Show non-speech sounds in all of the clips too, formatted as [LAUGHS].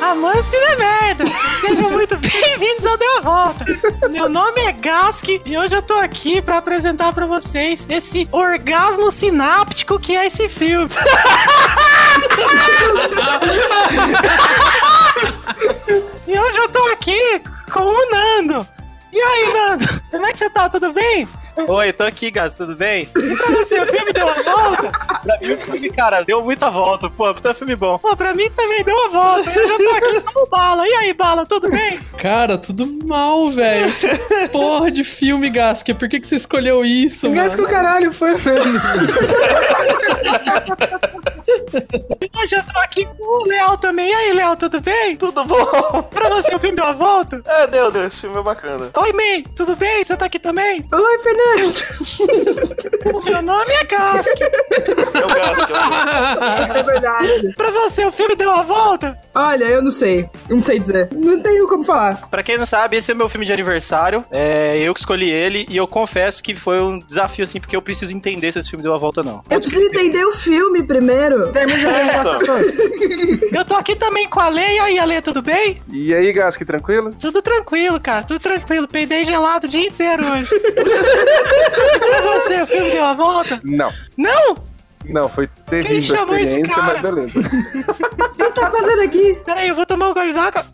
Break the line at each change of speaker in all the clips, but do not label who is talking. Amance da é merda! Sejam muito bem-vindos ao Deu a Volta! Meu nome é Gaski e hoje eu tô aqui pra apresentar pra vocês esse orgasmo sináptico que é esse filme. [LAUGHS] e hoje eu tô aqui com o Nando. E aí, Nando? Como é que você tá? Tudo bem?
Oi, tô aqui, Gas, tudo bem?
E pra você, o filme deu uma volta?
Pra mim o filme, cara, deu muita volta. Pô, puta filme bom.
Pô, pra mim também deu uma volta. né? Eu já tô aqui com o Bala. E aí, Bala, tudo bem?
Cara, tudo mal, velho. [LAUGHS] Que Porra de filme, Gasque. Por que, que você escolheu isso, mano?
Gás que o caralho foi, mano.
E hoje eu tô aqui com o Léo também. E aí, Léo, tudo bem?
Tudo bom?
Pra você, o filme deu uma volta?
É, deu, deu. Esse filme é bacana.
Oi, May, tudo bem? Você tá aqui também?
[LAUGHS] Oi, Fernando.
O meu nome é Gask.
Eu gosto, eu gosto.
É verdade.
Pra você, o filme deu uma volta?
Olha, eu não sei. Não sei dizer. Não tenho como falar.
Pra quem não sabe, esse é o meu filme de aniversário. É, eu que escolhi ele e eu confesso que foi um desafio, assim, porque eu preciso entender se esse filme deu uma volta ou não.
Eu preciso entender o filme primeiro.
Termina de apresentar as pessoas.
Eu tô aqui também com a Lê. E aí, Ale, tudo bem?
E aí, Gask, tranquilo?
Tudo tranquilo, cara. Tudo tranquilo. Peidei gelado o dia inteiro hoje. pra você, o filme deu uma volta?
Não,
Não!
não, foi terrível
Quem chamou
a
esse
experiência,
cara?
mas beleza.
O que tá fazendo aqui?
Peraí, eu vou tomar um gole d'água.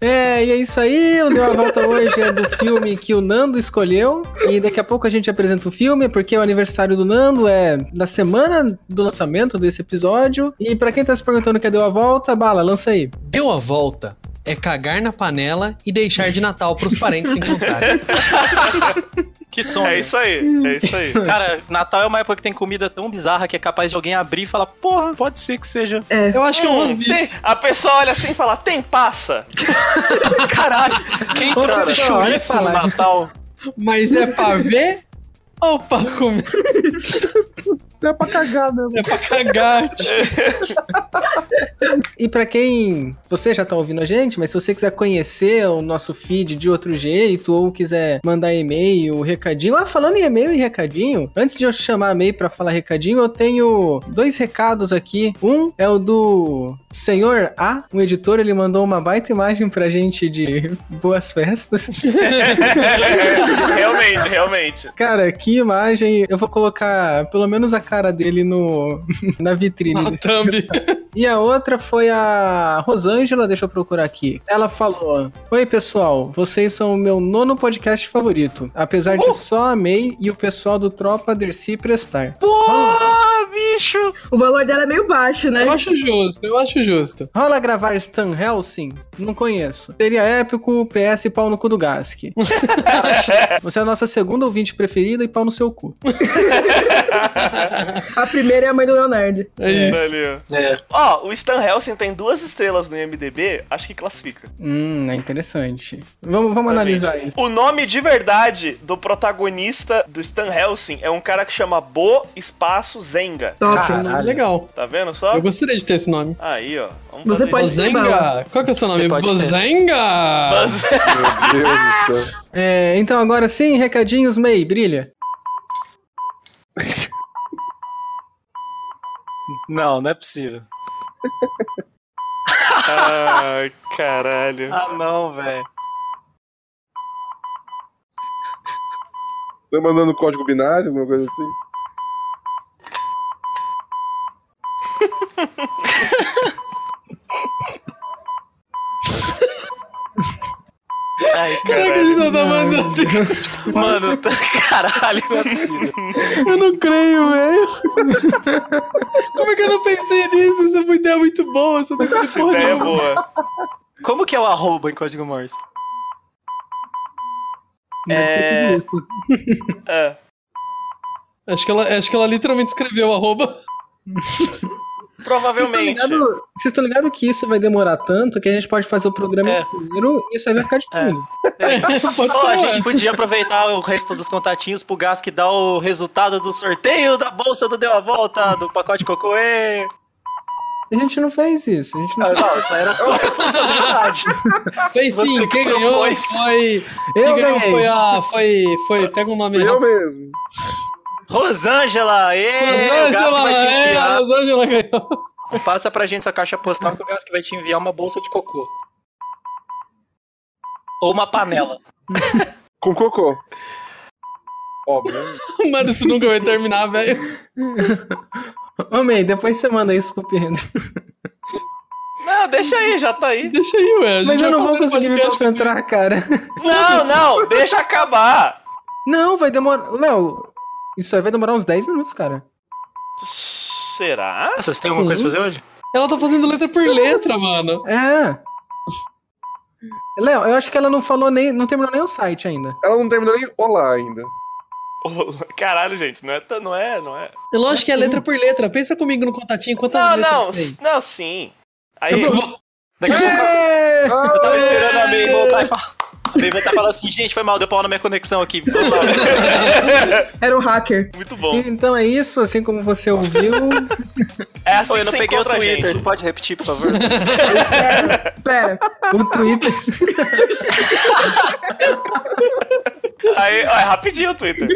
É, e é isso aí. O Deu a Volta hoje é do filme que o Nando escolheu. E daqui a pouco a gente apresenta o filme, porque é o aniversário do Nando é na semana do lançamento desse episódio. E pra quem tá se perguntando o que é Deu a Volta, bala, lança aí.
Deu a volta é cagar na panela e deixar de Natal pros parentes se encontrarem.
Que sonho.
É isso aí, é isso aí.
Cara, Natal é uma época que tem comida tão bizarra que é capaz de alguém abrir e falar, porra, pode ser que seja.
Eu acho que é um
Hum,
rosbife.
tem- a pessoa olha assim e fala, tem passa?
Caralho, quem
Ô,
trouxe
cara, olha
chouriço no
falar.
Natal?
Mas é pra ver ou pra comer?
É pra cagar mesmo.
É pra cagar. e pra quem você já tá ouvindo a gente, mas se você quiser conhecer o nosso feed de outro jeito ou quiser mandar e-mail, recadinho. Ah, falando em e-mail e recadinho, antes de eu chamar a May pra falar recadinho, eu tenho dois recados aqui. Um é o do senhor A, um editor, ele mandou uma baita imagem pra gente de boas festas.
É, realmente, realmente.
Cara, que imagem. Eu vou colocar pelo menos a cara dele no [LAUGHS] na vitrine.
Na thumb.
[LAUGHS] E a outra foi a Rosângela, deixa eu procurar aqui. Ela falou: Oi, pessoal, vocês são o meu nono podcast favorito. Apesar
Uh!
de só a May e o pessoal do Tropa Dercy prestar.
Pô, bicho!
O valor dela é meio baixo, né?
Eu acho justo, eu acho justo. Rola gravar Stan Helsing? Não conheço. Seria épico, PS pau no cu do
[LAUGHS]
Gask. Você é a nossa segunda ouvinte preferida e pau no seu cu.
A primeira é a mãe do Leonardo.
É.
Valeu. Ó, o Stan Helsing tem duas estrelas no IMDB, acho que classifica.
Hum, é interessante. Vamos, vamos
Tá
analisar
vendo?
isso.
O nome de verdade do protagonista do Stan Helsing é um cara que chama Bo Espaço Zenga.
Top.
Caralho. Legal.
Tá vendo só?
Eu gostaria de ter esse nome.
Aí, ó. Vamos
Você
fazer
pode-
isso.
ter,
Bozenga. Qual que é o seu nome?
Você pode ter.
Bozenga!
Mas-
Meu Deus do céu.
É, então agora sim, recadinhos, May, brilha.
Não, não é possível.
[LAUGHS] Ai, caralho.
Ah, não, velho.
Tô mandando código binário, alguma coisa assim.
Ai,
Será que ele
caralho.
não tá mandando?
Mano,
[LAUGHS]
tá- caralho, não é possível.
Eu não creio, velho.
Como é que eu não pensei nisso? Essa ideia é muito boa. Essa daquele
Essa
porra
ideia é
não.
boa.
Como que é o arroba em código Morse?
É. É.
Acho que, ela, acho que ela literalmente escreveu arroba. [LAUGHS]
Vocês estão
Provavelmente.
ligados tá ligado que isso vai demorar tanto que a gente pode fazer o programa
É.
inteiro e isso aí vai ficar de
É.
fundo.
Pode
Pô, a
falar.
gente podia aproveitar o resto dos contatinhos pro Gas que dá o resultado do sorteio da bolsa do Deu a Volta, do pacote Cocoê.
A gente não fez isso. A gente não
Ah, Não, isso era [LAUGHS] sua responsabilidade.
Fez
Você
sim,
que
quem ganhou
propôs.
foi.
Eu
quem ganhou
ganhei.
foi a. Foi. Foi. Pega um nome
Eu
rápido.
mesmo.
Rosângela! Ê, o Gas que
Rosângela,
vai te
é, a
enfiar.
Rosângela ganhou. [LAUGHS]
Passa pra gente sua caixa postal que o Gask vai te enviar uma bolsa de cocô. Ou uma [LAUGHS] panela.
Com cocô. Óbvio.
Mano, isso nunca vai terminar, velho.
Ô, May, depois você manda isso pro Pedro.
Não, deixa aí, já tá aí.
Deixa aí, velho. A
Mas
gente
eu
vai
não vou
fazer
conseguir me
podcast.
concentrar, cara. [LAUGHS]
Não, não, deixa acabar.
Não, vai demorar. Léo, isso aí vai demorar uns 10 minutos, cara.
Será?
Nossa, você tem alguma
Sim.
coisa pra fazer hoje?
Ela tá fazendo letra por letra, mano.
É. Léo, eu acho que ela não falou nem. Não terminou nem o site ainda.
Ela não terminou nem olá ainda.
Ô, Caralho, gente, não é, tão- não é, não é.
É Lógico que é letra por letra. Pensa comigo no contatinho quantas
Não,
letras
não,
tem.
s- não, sim. Aí,
Daqui a pouco
É!
eu tava esperando a May voltar e falar. A May vai estar falando assim, gente, foi mal, deu pau na minha conexão aqui.
[LAUGHS]
Vamos lá.
Era o hacker.
muito bom.
Então é isso, assim como você ouviu.
É assim que
Oi, eu não
você
peguei o
encontra a
Twitter,
gente.
você pode repetir,
[LAUGHS]
por favor?
Pera, pera.
o Twitter.
Aí, ó, é rapidinho o Twitter.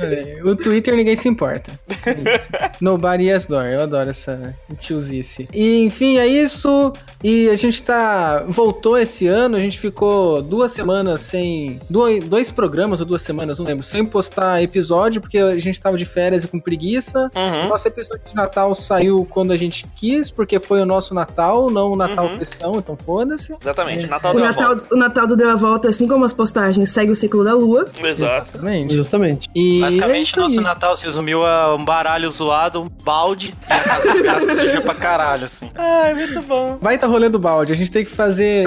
É, o Twitter ninguém se importa. Isso. Nobody has door. Eu adoro essa tiozice. E enfim, é isso. E a gente tá. Voltou esse ano, a gente ficou duas semanas sem. dua- Dois programas ou duas semanas, não lembro. Sem postar episódio, porque a gente tava de férias e com preguiça. O
Hum?
Uhum.
Nosso episódio de Natal saiu quando a gente quis, porque foi o nosso Natal, não o Natal
Uhum.
cristão, então foda-se.
Exatamente, Natal
O
deu a
Natal, o Natal do Deu a Volta, assim como as postagens, segue o ciclo da lua.
volta. Exato.
Exatamente.
Justamente.
E é
Basicamente,
isso aí.
nosso Natal se resumiu a um baralho zoado, um balde e a casa do Gask suja pra caralho, assim.
Ai, muito bom.
Vai tá rolando balde. A gente tem que fazer.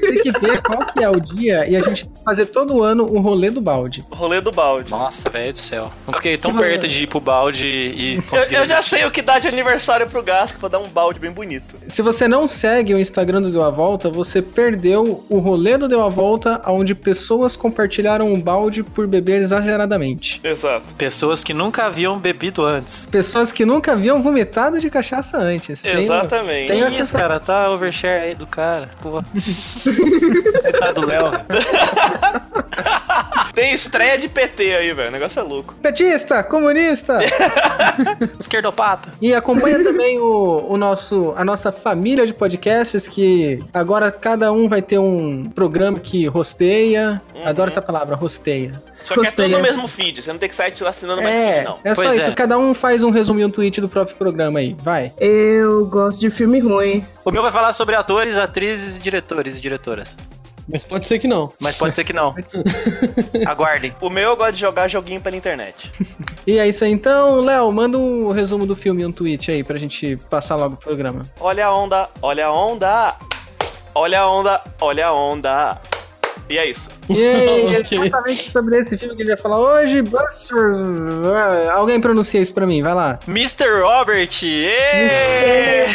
tem que ver qual que é o dia e a gente tem que fazer todo ano um rolê do balde.
Rolê do balde.
Nossa, velho do céu. Nunca fiquei tão
Sim, valeu.
perto de ir pro balde e.
Eu,
conseguir
eu já
resistir.
sei o que dá de aniversário pro Gasco pra dar um balde bem bonito.
Se você não segue o Instagram do Deu a Volta, você perdeu o rolê do Deu a Volta, onde pessoas compartilharam um balde por beber exageradamente.
Exato.
Pessoas que nunca haviam bebido antes.
Pessoas que nunca haviam vomitado de cachaça antes. Tem- um
Exatamente.
Tem
Tem
essa-
isso, cara. Tá overshare aí do cara.
[LAUGHS]
Pô. Coitado do Léo. velho.
Tem estreia de PT aí, velho. O negócio é louco.
Petista, comunista!
Esquerdopata.
E acompanha também o, o nosso, a nossa família de podcasts, que agora cada um vai ter um programa que rosteia.
Uhum.
Adoro essa palavra, rosteia.
Só que é
Gostei,
tudo no
né?
mesmo feed. Você não tem que sair assinando mais
é,
feed, não.
é só
Pois
isso.
é.
Cada um faz um resuminho, um tweet do próprio programa aí. Vai.
Eu gosto de filme ruim.
O meu vai falar sobre atores, atrizes, diretores e diretoras.
Mas pode ser que não.
Mas pode ser que não. Aguardem.
O meu eu gosto de jogar joguinho pela internet.
E é isso aí. Então, Léo, manda o resumo do filme, um tweet aí, pra gente passar logo o
[LAUGHS]
programa.
Olha a onda, olha a onda. Olha a onda, olha a onda. E é isso.
E aí,
Ok.
exatamente sobre esse filme que a gente vai falar hoje, Busters. Alguém pronuncia isso pra mim, vai lá.
Mr. Robert! ê!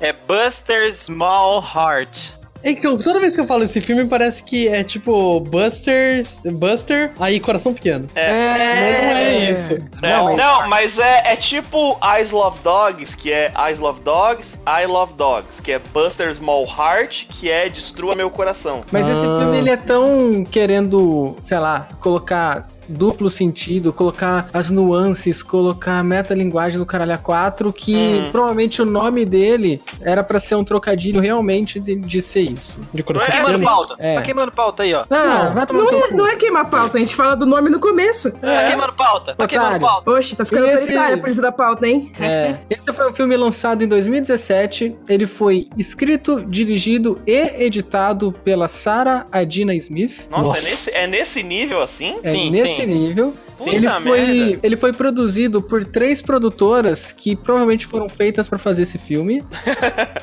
é Buster Small Heart.
Então, toda vez que eu falo esse filme, parece que é tipo Busters, Buster, aí coração pequeno. Mas não é isso.
É, não, mas é, é tipo Eyes Love Dogs, que é Eyes Love Dogs, I Love Dogs, que é Buster Small Heart, que é Destrua Meu Coração.
Mas esse
Ah.
filme ele é tão querendo, sei lá, colocar duplo sentido, colocar as nuances, colocar a metalinguagem do Caralho A4, que
Hum.
Uhum.
provavelmente o nome dele era pra ser um trocadilho realmente de, de ser isso.
De
Não
coração
é
Tá
assim.
queimando pauta.
É.
Tá queimando pauta aí, ó.
Ah, vai tomar no
Não
seu
é,
cu.
não é queimar pauta, a gente fala do nome no começo.
É.
Tá queimando pauta. Tá queimando
Otário.
pauta.
Oxe, tá ficando
E esse-
autoritária a polícia da pauta, hein?
É. Esse foi um filme lançado em 2017. Ele foi escrito, dirigido e editado pela Sarah Adina Smith.
Nossa,
Nossa.
É, nesse, é nesse nível assim?
É
Sim,
nesse
sim.
nível.
Puta
ele, foi,
[LAUGHS] merda.
ele foi produzido por três produtoras que provavelmente foram feitas pra fazer esse filme.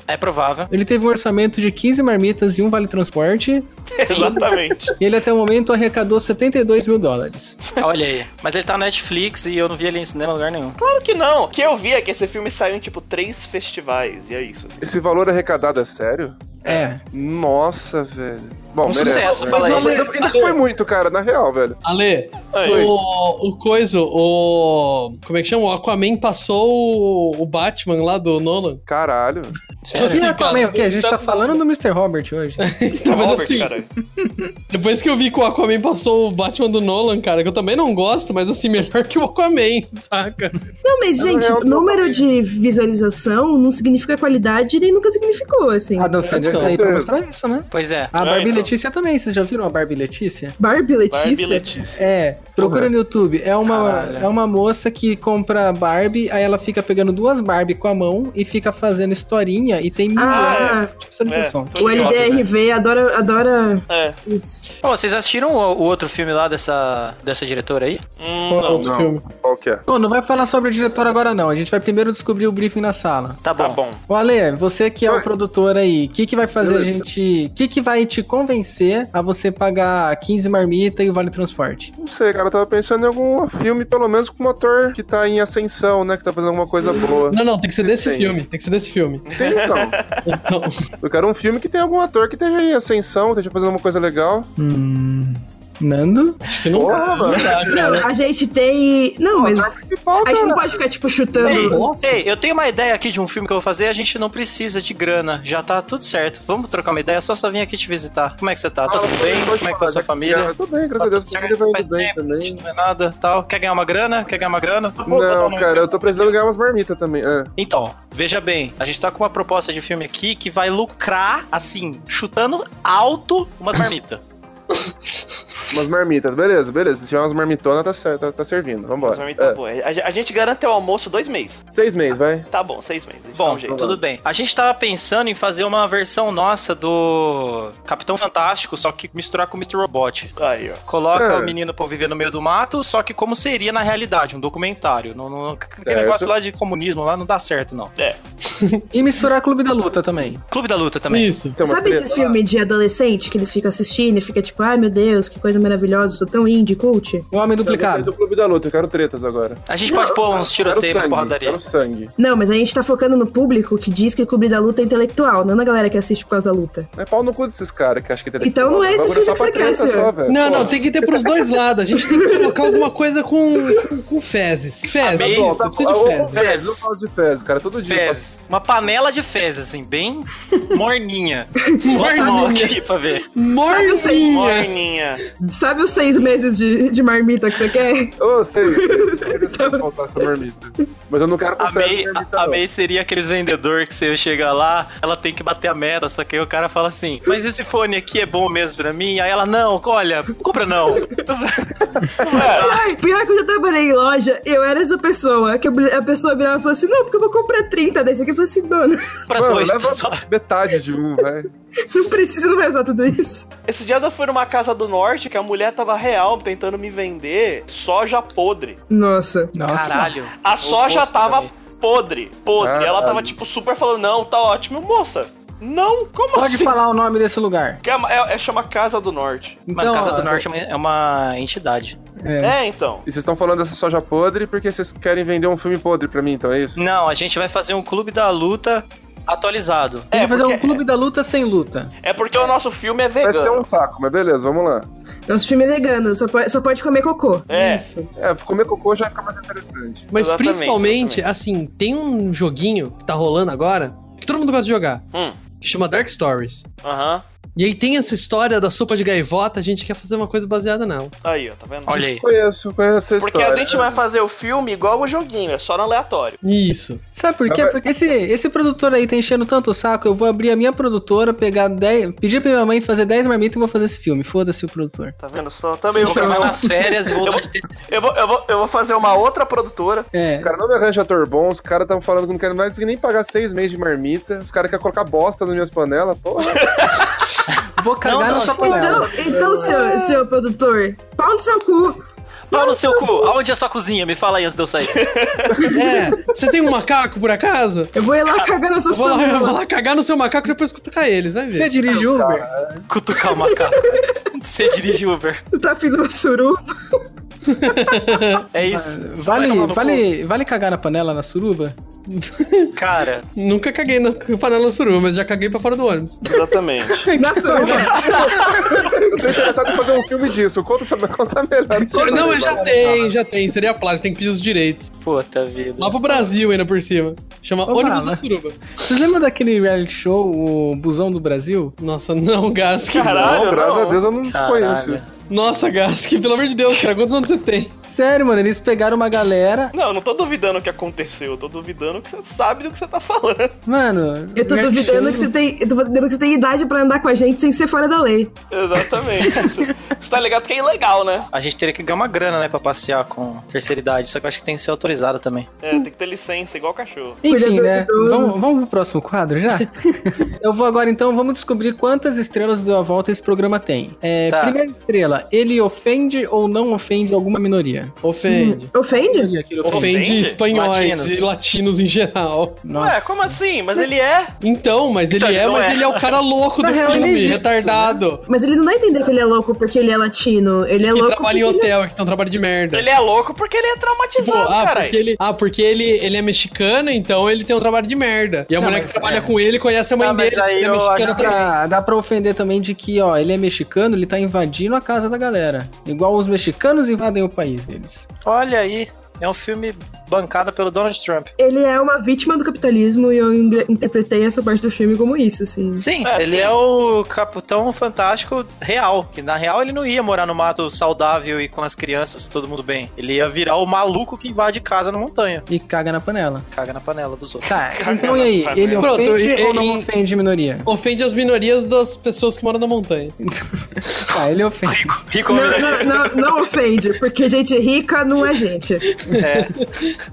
É provável.
Ele teve um orçamento de 15 marmitas e um vale transporte.
Exatamente.
E ele até o momento arrecadou 72 mil dólares.
Olha aí. Mas ele tá na Netflix e eu não vi ele em cinema em lugar nenhum.
Claro que não. O que eu vi é que esse filme saiu em tipo três festivais, e é isso. assim.
Esse valor arrecadado é sério?
É.
Nossa, velho. Bom,
Um
merece,
sucesso,
né?
fala aí.
Mas Ainda, ainda foi muito, cara, na real, velho.
Ale,
Aí.
o, o coiso, o. Como é que chama? O Aquaman passou o, o Batman lá do Nolan.
Caralho.
Tipo
E
assim,
ah, calma aí, o que? A gente tá
tá-
falando do Mr. Robert [LAUGHS] hoje.
Tá, mas
Robert,
assim,
caralho.
Depois que eu vi que o Aquaman passou o Batman do Nolan, cara, que eu também não gosto, mas assim, [LAUGHS] melhor que o Aquaman, saca?
Não, mas, gente,
eu-
número de visualização não significa qualidade nem nunca significou, assim.
Adam Sandler tá aí pra
Então.
mostrar isso, né?
Pois é.
A
É,
Barbie
então.
Letícia também, vocês já viram a Barbie Letícia?
Barbie
Barbie
Letícia?
Letícia.
É, procura
Porra.
no YouTube. É uma,
Caralho.
é uma moça que compra Barbie, aí ela fica pegando duas Barbie com a mão e fica fazendo historinha e tem milhões de visualização.
Ah, É, tô
Ah, O
ligado, né?
LDRV adora, adora
É.
isso.
Ô, vocês assistiram o, o outro filme lá dessa, dessa diretora aí?
Hum, não.
Outro
não.
filme.
Qual que é?
Bom, não vai falar sobre o diretor agora não, a gente vai primeiro descobrir o briefing na sala.
Tá bom.
Tá bom.
Ô Ale, você que é o
Oi.
produtor aí, o que que vai fazer a
Beleza.
gente... O que que vai te convencer a você pagar 15 marmita e o Vale Transporte?
Não sei, cara. Eu tava pensando em algum filme, pelo menos com um ator que tá em ascensão, né? Que tá fazendo alguma coisa boa.
Não, não, tem que ser desse
Sim.
filme. Tem que ser desse filme.
Sim, então.
Então,
Eu quero um filme que tenha algum ator que esteja em ascensão, que esteja fazendo alguma coisa legal.
Hum... Nando?
acho que não
Porra,
dá, não
mano.
dá, cara.
Não, a gente tem. Não, mas a
principal,
gente não pode ficar, tipo,
Ah,
chutando.
Nossa.
Ei, eu tenho uma ideia aqui de um filme que eu vou fazer, a gente não precisa de grana, já tá tudo certo. Vamos trocar uma ideia, é só só vim aqui te visitar. Como é que você
Ah,
tá? Tá tudo bem? Como é que tá a sua família?
Tô bem, graças
Tá
a Deus.
tudo
A família vai
certo, faz
indo bem
tempo, a gente
também.
não é nada, tal. Quer ganhar uma grana? Quer ganhar uma grana? Tá bom, vou dar um
Não,
nome.
cara, eu tô precisando ganhar umas marmitas também. É.
Então, veja bem, a gente tá com uma proposta de filme aqui que vai lucrar, assim, chutando alto umas marmitas.
Umas marmitas, beleza, beleza. Se tiver umas marmitonas, tá, cer- tá, tá servindo.
Mas
Vambora.
pra mim tá
É,
bom. A, a gente garante o almoço dois meses.
Seis meses, vai.
Tá bom, seis meses. A gente dá
Bom,
um jeito.
tudo bem. A gente tava pensando em fazer uma versão nossa do Capitão Fantástico, só que misturar com o Mr. Robot.
Aí, ó.
Coloca
É.
o menino pra viver no meio do mato, só que como seria na realidade, um documentário. Não, não- aquele
Certo.
negócio lá de comunismo lá não dá certo, não.
E misturar Clube da Luta também.
Clube da Luta também.
Isso.
Tem Então, uma
Sabe
treta
esses
lá.
filmes de adolescente que eles ficam assistindo e fica tipo, ai meu Deus, que coisa maravilhosa, sou tão indie, cult?
O Homem
Eu gostei
Duplicado.
do Clube da Luta, eu quero tretas agora.
A gente pode pôr uns
Quero
tiroteios, umas
sangue,
porradaria.
quero sangue.
Não, mas a gente tá focando no público que diz que Clube da Luta é intelectual, não na galera que assiste por causa da luta.
É pau no cu desses caras que acha que um tem
Então não é esse filme que você quer, senhor.
Não, não, tem que ter pros [LAUGHS] dois lados. A gente tem que colocar alguma coisa com, com, com fezes. Fezes,
Amei.
isso, precisa de fezes.
Fez, não falo de fez, cara. Todo dia eu faço
Fezes. Uma panela de fezes, assim, bem [LAUGHS] morninha. Bota a mão aqui pra ver.
Morninha.
Morninha.
Sabe os seis meses de, de marmita que você quer?
Ô, sei, sei. Eu sei que faltar essa marmita. Mas eu não quero
A
comprar
May,
essa marmita,
a- a
não.
May seria aqueles vendedor que você chega lá, ela tem que bater a meta, só que aí o cara fala assim, mas esse fone aqui é bom mesmo pra mim? Aí ela, não, olha, compra [LAUGHS] não.
Ai, pior que eu já trabalhei em loja, eu era essa pessoa, que a a pessoa virava e falava assim, não, porque eu vou comprar 30 desse aqui. Eu falei assim, dona, [LAUGHS]
Pra
Mano,
dois,
leva
só.
metade de um, vai.
não precisa, não vai usar tudo isso.
Esses dias eu fui numa casa do norte que a mulher tava real tentando me vender soja podre.
Nossa.
Nossa.
Caralho.
A soja
gosto
tava
também.
podre, podre.
Caralho.
Ela tava tipo super falando, não, tá ótimo. Moça, não, como
Pode
assim?
falar o nome desse lugar.
Que é uma- É, é chama Casa do Norte.
Então,
Mano, Casa do
ó,
Norte é uma- é uma entidade.
é.
É, então.
E vocês estão falando dessa soja podre porque vocês querem vender um filme podre pra mim, então é isso?
Não, a gente vai fazer um clube da luta atualizado.
Tem
É
que fazer um
porque,
clube da luta sem luta.
é porque o nosso filme é
Vai ser
vegano.
um saco, mas beleza, vamos lá.
Nosso filme é vegano, só pode, só pode comer cocô.
É,
Isso.
É, comer cocô já fica mais interessante.
Mas
Exatamente,
principalmente,
exatamente.
assim, tem um joguinho que tá rolando agora que todo mundo gosta de jogar.
Hum.
Que chama Dark Stories.
aham.
E aí tem essa história da sopa de gaivota, a gente quer fazer uma coisa baseada nela.
Aí, ó, tá vendo?
Olha aí.
Conheço, conheço essa
Porque a
história.
gente vai fazer o filme igual o joguinho, é só no aleatório.
Isso.
Sabe por quê?
Mas-
Porque esse, esse produtor aí tá enchendo tanto o saco, eu vou abrir a minha produtora, pegar 10. pedir pra minha mãe fazer 10 marmitas e vou fazer esse filme. Foda-se o produtor.
Tá vendo só? Também
Eu
vou
vou
fazer,
gravar
uma,
Então, nas férias e vou usar de
[LAUGHS]
[LAUGHS]
eu, vou, eu, vou, eu vou fazer uma outra produtora.
É.
Cara, não me arranja ator bom, os caras estão falando que não querem mais conseguir nem pagar seis meses de marmita, os caras querem colocar bosta nas minhas panelas, porra.
Vou cagar
não,
na sua panela.
Então, então seu, seu produtor, pau no seu cu.
Pau no seu cu, aonde é sua cozinha? Me fala aí antes de eu sair.
É. Você tem um macaco, por acaso?
Eu vou ir lá cagar nas
Eu
suas
vou lá, eu vou
panelas.
lá cagar no seu macaco e depois cutucar eles, vai ver.
Você dirige Uber?
Cutucar o [LAUGHS] macaco. Você dirige Uber.
Tu tá afim de uma suruba?
É isso. É
Vale, vale, vale cagar na panela na suruba?
Cara,
Nunca caguei na panela suruba, mas já caguei pra fora do ônibus.
exatamente.
Nossa,
Eu tô interessado em fazer um filme disso. Conta, sabe, conta melhor.
não, é- mas já tem, já tem. Seria plágio, tem que pedir os direitos.
puta vida.
Lá pro Brasil ainda por cima. Chama
Opa,
ônibus da
né?
suruba.
[LAUGHS] Vocês lembram daquele reality show, o Busão do Brasil?
Nossa, não,
[LAUGHS]
Gask.
Caralho,
Não, graças
não.
a Deus eu não
Caralho.
conheço isso.
Nossa, Gask, pelo amor de Deus, cara, quantos anos você tem?
Sério, mano, eles pegaram uma galera.
Não, eu não tô duvidando o que aconteceu, eu tô duvidando que você sabe do que você tá falando.
[LAUGHS]
Mano.
eu tô
reality
duvidando
show-
que você tem. Eu tô duvidando que você tem idade pra andar com a gente sem ser fora da lei.
Exatamente. Você- Você tá ligado que é ilegal, né?
A gente teria que ganhar uma grana, né, pra passear com terceira idade. Só que eu acho que tem que ser autorizado também.
É, tem que ter licença, igual cachorro.
Enfim,
Cuidador
né?
de dono.
Vamos, vamos pro próximo quadro
[LAUGHS]
já? Eu vou agora então, vamos descobrir quantas estrelas do A Volta esse programa tem. É,
Tá.
Primeira estrela, ele ofende ou não ofende alguma minoria?
Ofende.
Hum. Ofende?
Minoria que ele ofende.
Ofende,
Ofende?
espanhóis
Latinos.
e latinos em geral.
Nossa.
Ué, como assim? Mas ele é?
Então, mas
Então,
ele é,
ele não
mas
é.
ele é o cara louco
[LAUGHS] Na
do
real, ele é
filme,
egípcio, né?
retardado.
Mas ele não vai entender que ele é louco porque ele é latino. Ele é
Que
louco.
trabalha em
porque
hotel, que tem um trabalho de merda.
Ele é louco porque ele é
Pô,
traumatizado,
ah,
caralho.
porque, ele, ah, porque ele, ele é mexicano, então ele tem um trabalho de merda. E a
Não,
mulher
mas
que trabalha
é.
com ele conhece a mãe
Ah, mas
dele. que
aí
é
eu
mexicana
acho que-
também.
Pra- dá pra ofender também de que, ó, ele é mexicano, ele tá invadindo a casa da galera. Igual os mexicanos invadem o país deles.
Olha aí, é um filme bancado pelo Donald Trump.
Ele é uma vítima do capitalismo e eu ingre- interpretei essa parte do filme como isso, assim.
Sim,
É,
ele
sim.
é o Capitão Fantástico real. Que na real ele não ia morar no mato saudável e com as crianças, todo mundo bem. Ele ia virar o maluco que invade casa na montanha.
E caga na panela.
Caga na panela
[LAUGHS]
dos outros.
Tá, então e aí? Ele
Pronto,
ofende
e-
ou não
e-
ofende minoria?
Ofende as minorias das pessoas que moram na montanha.
Tá, ele ofende.
Rico,
Não, não,
né?
não, não ofende, porque gente rica não é gente.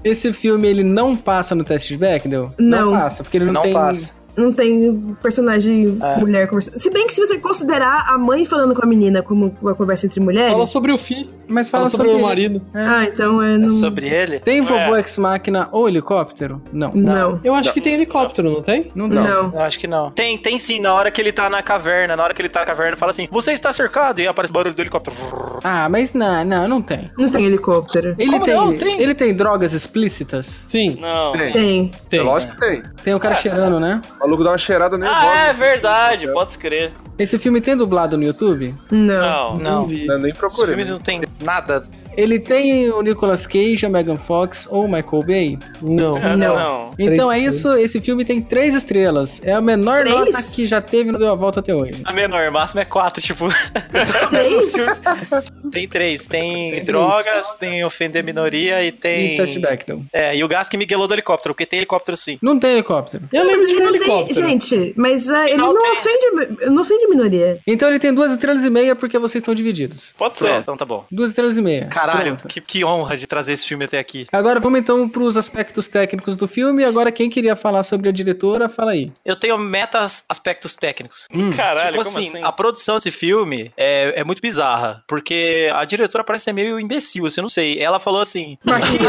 Esse filme, ele não passa no teste de Bechdel?
Não.
passa, porque ele não,
não
tem...
passa.
Não tem personagem mulher conversando. Se bem que se você considerar a mãe falando com a menina como uma conversa entre
Fala
mulheres.
sobre o filho,
Mas
fala,
É. fala,
sobre, o
ele.
marido.
Ah, então é.
É
Não.
sobre ele?
Tem vovô Ex-Máquina ou helicóptero? Não.
Não.
Eu acho que tem helicóptero, não tem?
Não dá.
Não.
Eu acho que não. Tem, tem sim, na hora que ele tá na caverna, na hora que ele tá na caverna, fala assim, você está cercado, e aparece o barulho do helicóptero.
Ah, mas não, não, não tem.
Não tem helicóptero.
Ele
Como
tem,
não? Tem.
ele tem drogas explícitas?
Sim,
Não.
Tem.
Tem.
tem.
Lógico que tem.
Tem o cara cheirando, né?
O maluco dá uma cheirada nervosa.
Ah, é verdade, pode escrever.
Esse filme tem dublado no YouTube?
Não.
Não.
Não,
vi.
Eu nem
esse
procurei. né?
filme não tem nada.
Ele tem o Nicolas Cage, a Megan Fox ou o Michael Bay?
Não.
Não.
Não.
não.
Então
Três
é isso, esse filme tem três estrelas. É a menor
Três?
nota que já teve no Deu a Volta até hoje.
A menor, máximo é quatro, tipo. [LAUGHS]
Três?
Tem três. Tem,
Tem
drogas, tem ofender minoria e tem.
E Test Bechdel.
É, e o gás que miguelou do helicóptero, porque tem helicóptero sim.
Não tem helicóptero.
Eu lembro de um
Não tem-
helicóptero.
gente, mas ah, ele
Não
não,
tem.
ofende, não ofende minoria.
Então ele tem duas estrelas e meia porque vocês estão divididos.
Pode
Pronto,
ser.
então tá bom.
Duas estrelas e meia.
Caralho,
Pronto.
que, que honra de trazer esse filme até aqui.
Agora vamos então pros aspectos técnicos do filme. Agora quem queria falar sobre a diretora, fala aí. Hum.
Eu tenho metas aspectos técnicos.
Caralho,
tipo
como
assim,
assim?
a produção desse filme é, é muito bizarra, porque a diretora parece ser meio imbecil, assim, eu não sei. Ela falou assim,
Machismo,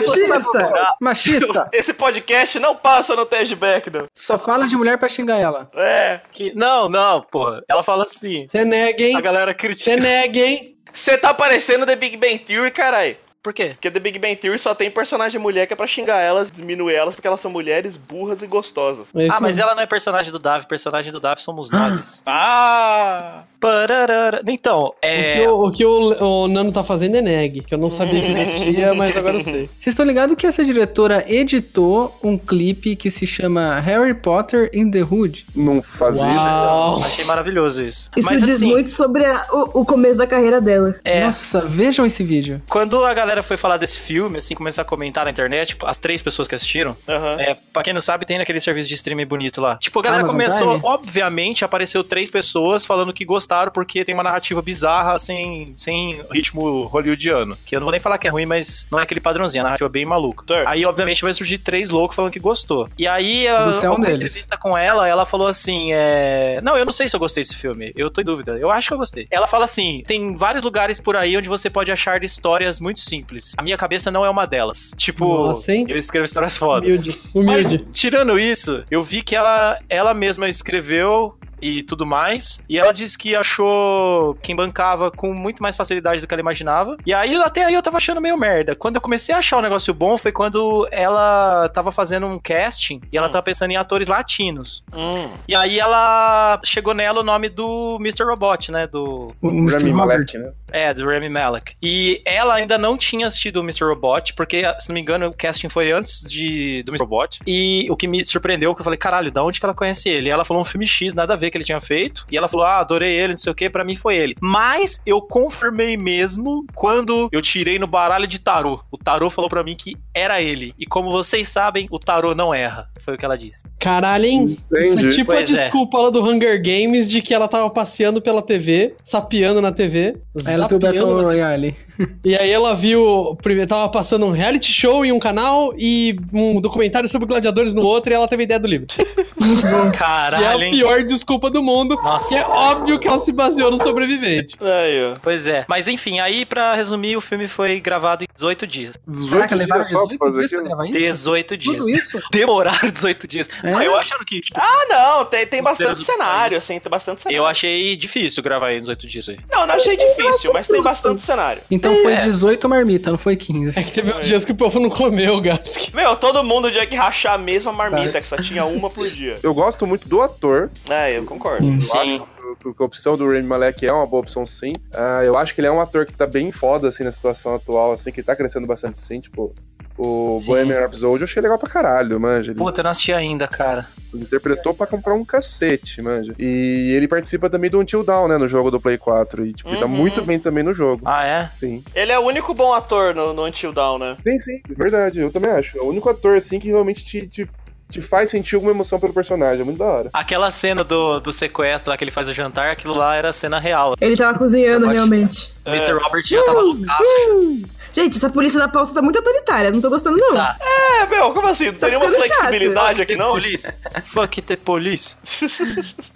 Machista!
machista.
[LAUGHS] Esse podcast não passa no teste Bechdel.
Só fala de mulher pra xingar ela.
É.
que, não, não, porra. Ela fala assim,
Você nega, hein?
a galera critica.
Você nega, hein?
Você tá parecendo The Big Bang Theory, caralho.
Por quê?
Porque The Big Bang Theory só tem personagem mulher que é pra xingar elas, diminuir elas, porque elas são mulheres burras e gostosas.
É isso
Ah, mas
mesmo.
ela não é personagem do Davi, personagem do Davi somos nós.
Ah!
Pararara. Então,
O que,
é...
o, o que o- o Nano tá fazendo é neg, que eu não sabia que existia, [LAUGHS] mas agora eu sei.
Vocês estão ligados que essa diretora editou um clipe que se chama Harry Potter in the Hood?
Não fazia.
Uau!
Achei maravilhoso isso.
Isso
Mas,
diz
assim,
muito sobre a- o, o começo da carreira dela.
É.
Nossa, vejam esse vídeo.
Quando a galera foi falar desse filme, assim, começar a comentar na internet, tipo, as três pessoas que assistiram,
Aham.
é, pra quem não sabe, tem naquele serviço de streaming bonito lá. Tipo, a galera
Amazon
começou,
Prime?
obviamente, apareceu três pessoas falando que gostaram porque tem uma narrativa bizarra, sem, sem ritmo hollywoodiano. Que eu não vou nem falar que é ruim, mas não é aquele padrãozinho, a narrativa é bem maluca.
Certo.
Aí, obviamente, vai surgir três loucos falando que gostou. E aí, a-
Você é um
alguma
deles.
entrevista com ela, ela falou assim, é... Não, eu não sei se eu gostei desse filme, eu tô em dúvida, eu acho que eu gostei. Ela fala assim, tem vários lugares por aí onde você pode achar histórias muito simples. A minha cabeça não é uma delas. Tipo,
Nossa, hein?
eu escrevo histórias fodas.
Humilde.
Mas,
Humilde.
tirando isso, eu vi que ela, ela mesma escreveu e tudo mais. E ela disse que achou quem bancava com muito mais facilidade do que ela imaginava. E aí, até aí, eu tava achando meio merda. Quando eu comecei a achar o negócio bom foi quando ela tava fazendo um casting e ela tava pensando em atores latinos.
Hum.
E aí ela chegou nela o nome do Mr. Robot, né? Do.
O Mr.
Rami
Robert.
Malek, né?
É, do Rami Malek. E ela ainda não tinha assistido o Mr. Robot, porque, se não me engano, o casting foi antes de, do Mr. Robot. E o que me surpreendeu, é que eu falei, caralho, da onde que ela conhece ele? E ela falou um filme X, nada a ver que ele tinha feito. E ela falou, ah, adorei ele, não sei o que, pra mim foi ele. Mas eu confirmei mesmo quando eu tirei no baralho de tarô. O tarô falou pra mim que era ele. E como vocês sabem, o tarô não erra. Foi o que ela disse.
Caralho, hein? Isso é
Entendi.
tipo
Pois
a
é.
desculpa lá do Hunger Games de que ela tava passeando pela TV, sapeando na TV.
Aí É ela viu o
zapeando
Battle
na-
Royale.
E aí ela viu. primeiro Tava passando um reality show em um canal e um documentário sobre gladiadores no outro, e ela teve ideia do livro. Que é
Caralho,
a
hein?
pior desculpa do mundo.
Nossa.
Que é óbvio que ela se baseou no sobrevivente.
Aí, ó.
Pois é. Mas enfim, aí pra resumir, o filme foi gravado em 18 dias.
18 dias só pra fazer aquilo.
gravar isso?
18 dias.
Tudo isso?
[LAUGHS] Demoraram 18 dias.
É?
Ah, eu achando que. tipo,
Ah, não, tem, tem bastante
do
cenário, assim, tem bastante cenário.
eu achei difícil gravar em 18 dias aí.
Não, não achei difícil, mas tem
justo.
bastante cenário.
Então foi 18 marmita, não foi 15.
É que teve uns dias que o povo não comeu, Gask.
Meu, todo mundo tinha que rachar a mesma marmita, que só tinha uma por dia.
Eu gosto muito do ator.
É, eu concordo.
Sim.
Porque a opção do Rami Malek é uma boa opção, sim. Ah, eu acho que ele é um ator que tá bem foda, assim, na situação atual, assim, que tá crescendo bastante, sim. Tipo, o
Sim.
Bohemian Rhapsody eu achei legal pra caralho, manja. Ele
Puta, eu não assisti ainda, cara.
interpretou pra comprar um cacete, manja. E ele participa também do Until Dawn, né, no jogo do Play 4. E, tipo, ele tá
Uhum.
muito bem também no jogo.
Ah, é?
Sim.
Ele é o único bom ator no, no Until Dawn, né?
Sim, sim, é verdade. Eu também acho. É o único ator, assim, que realmente te, te, te faz sentir alguma emoção pelo personagem. É muito da hora.
Aquela cena do, do sequestro lá que ele faz o jantar, aquilo lá era cena real.
Ele tava cozinhando,
Só bate-
realmente.
O Mr. Robert já
[LAUGHS]
tava loucaço.
Gente, essa polícia da pauta tá muito autoritária, não tô gostando, não.
Tá.
É, meu, como né? assim? Não
Tá
tem nenhuma
ficando chato.
flexibilidade aqui,
The
não?
Police. Fuck the police.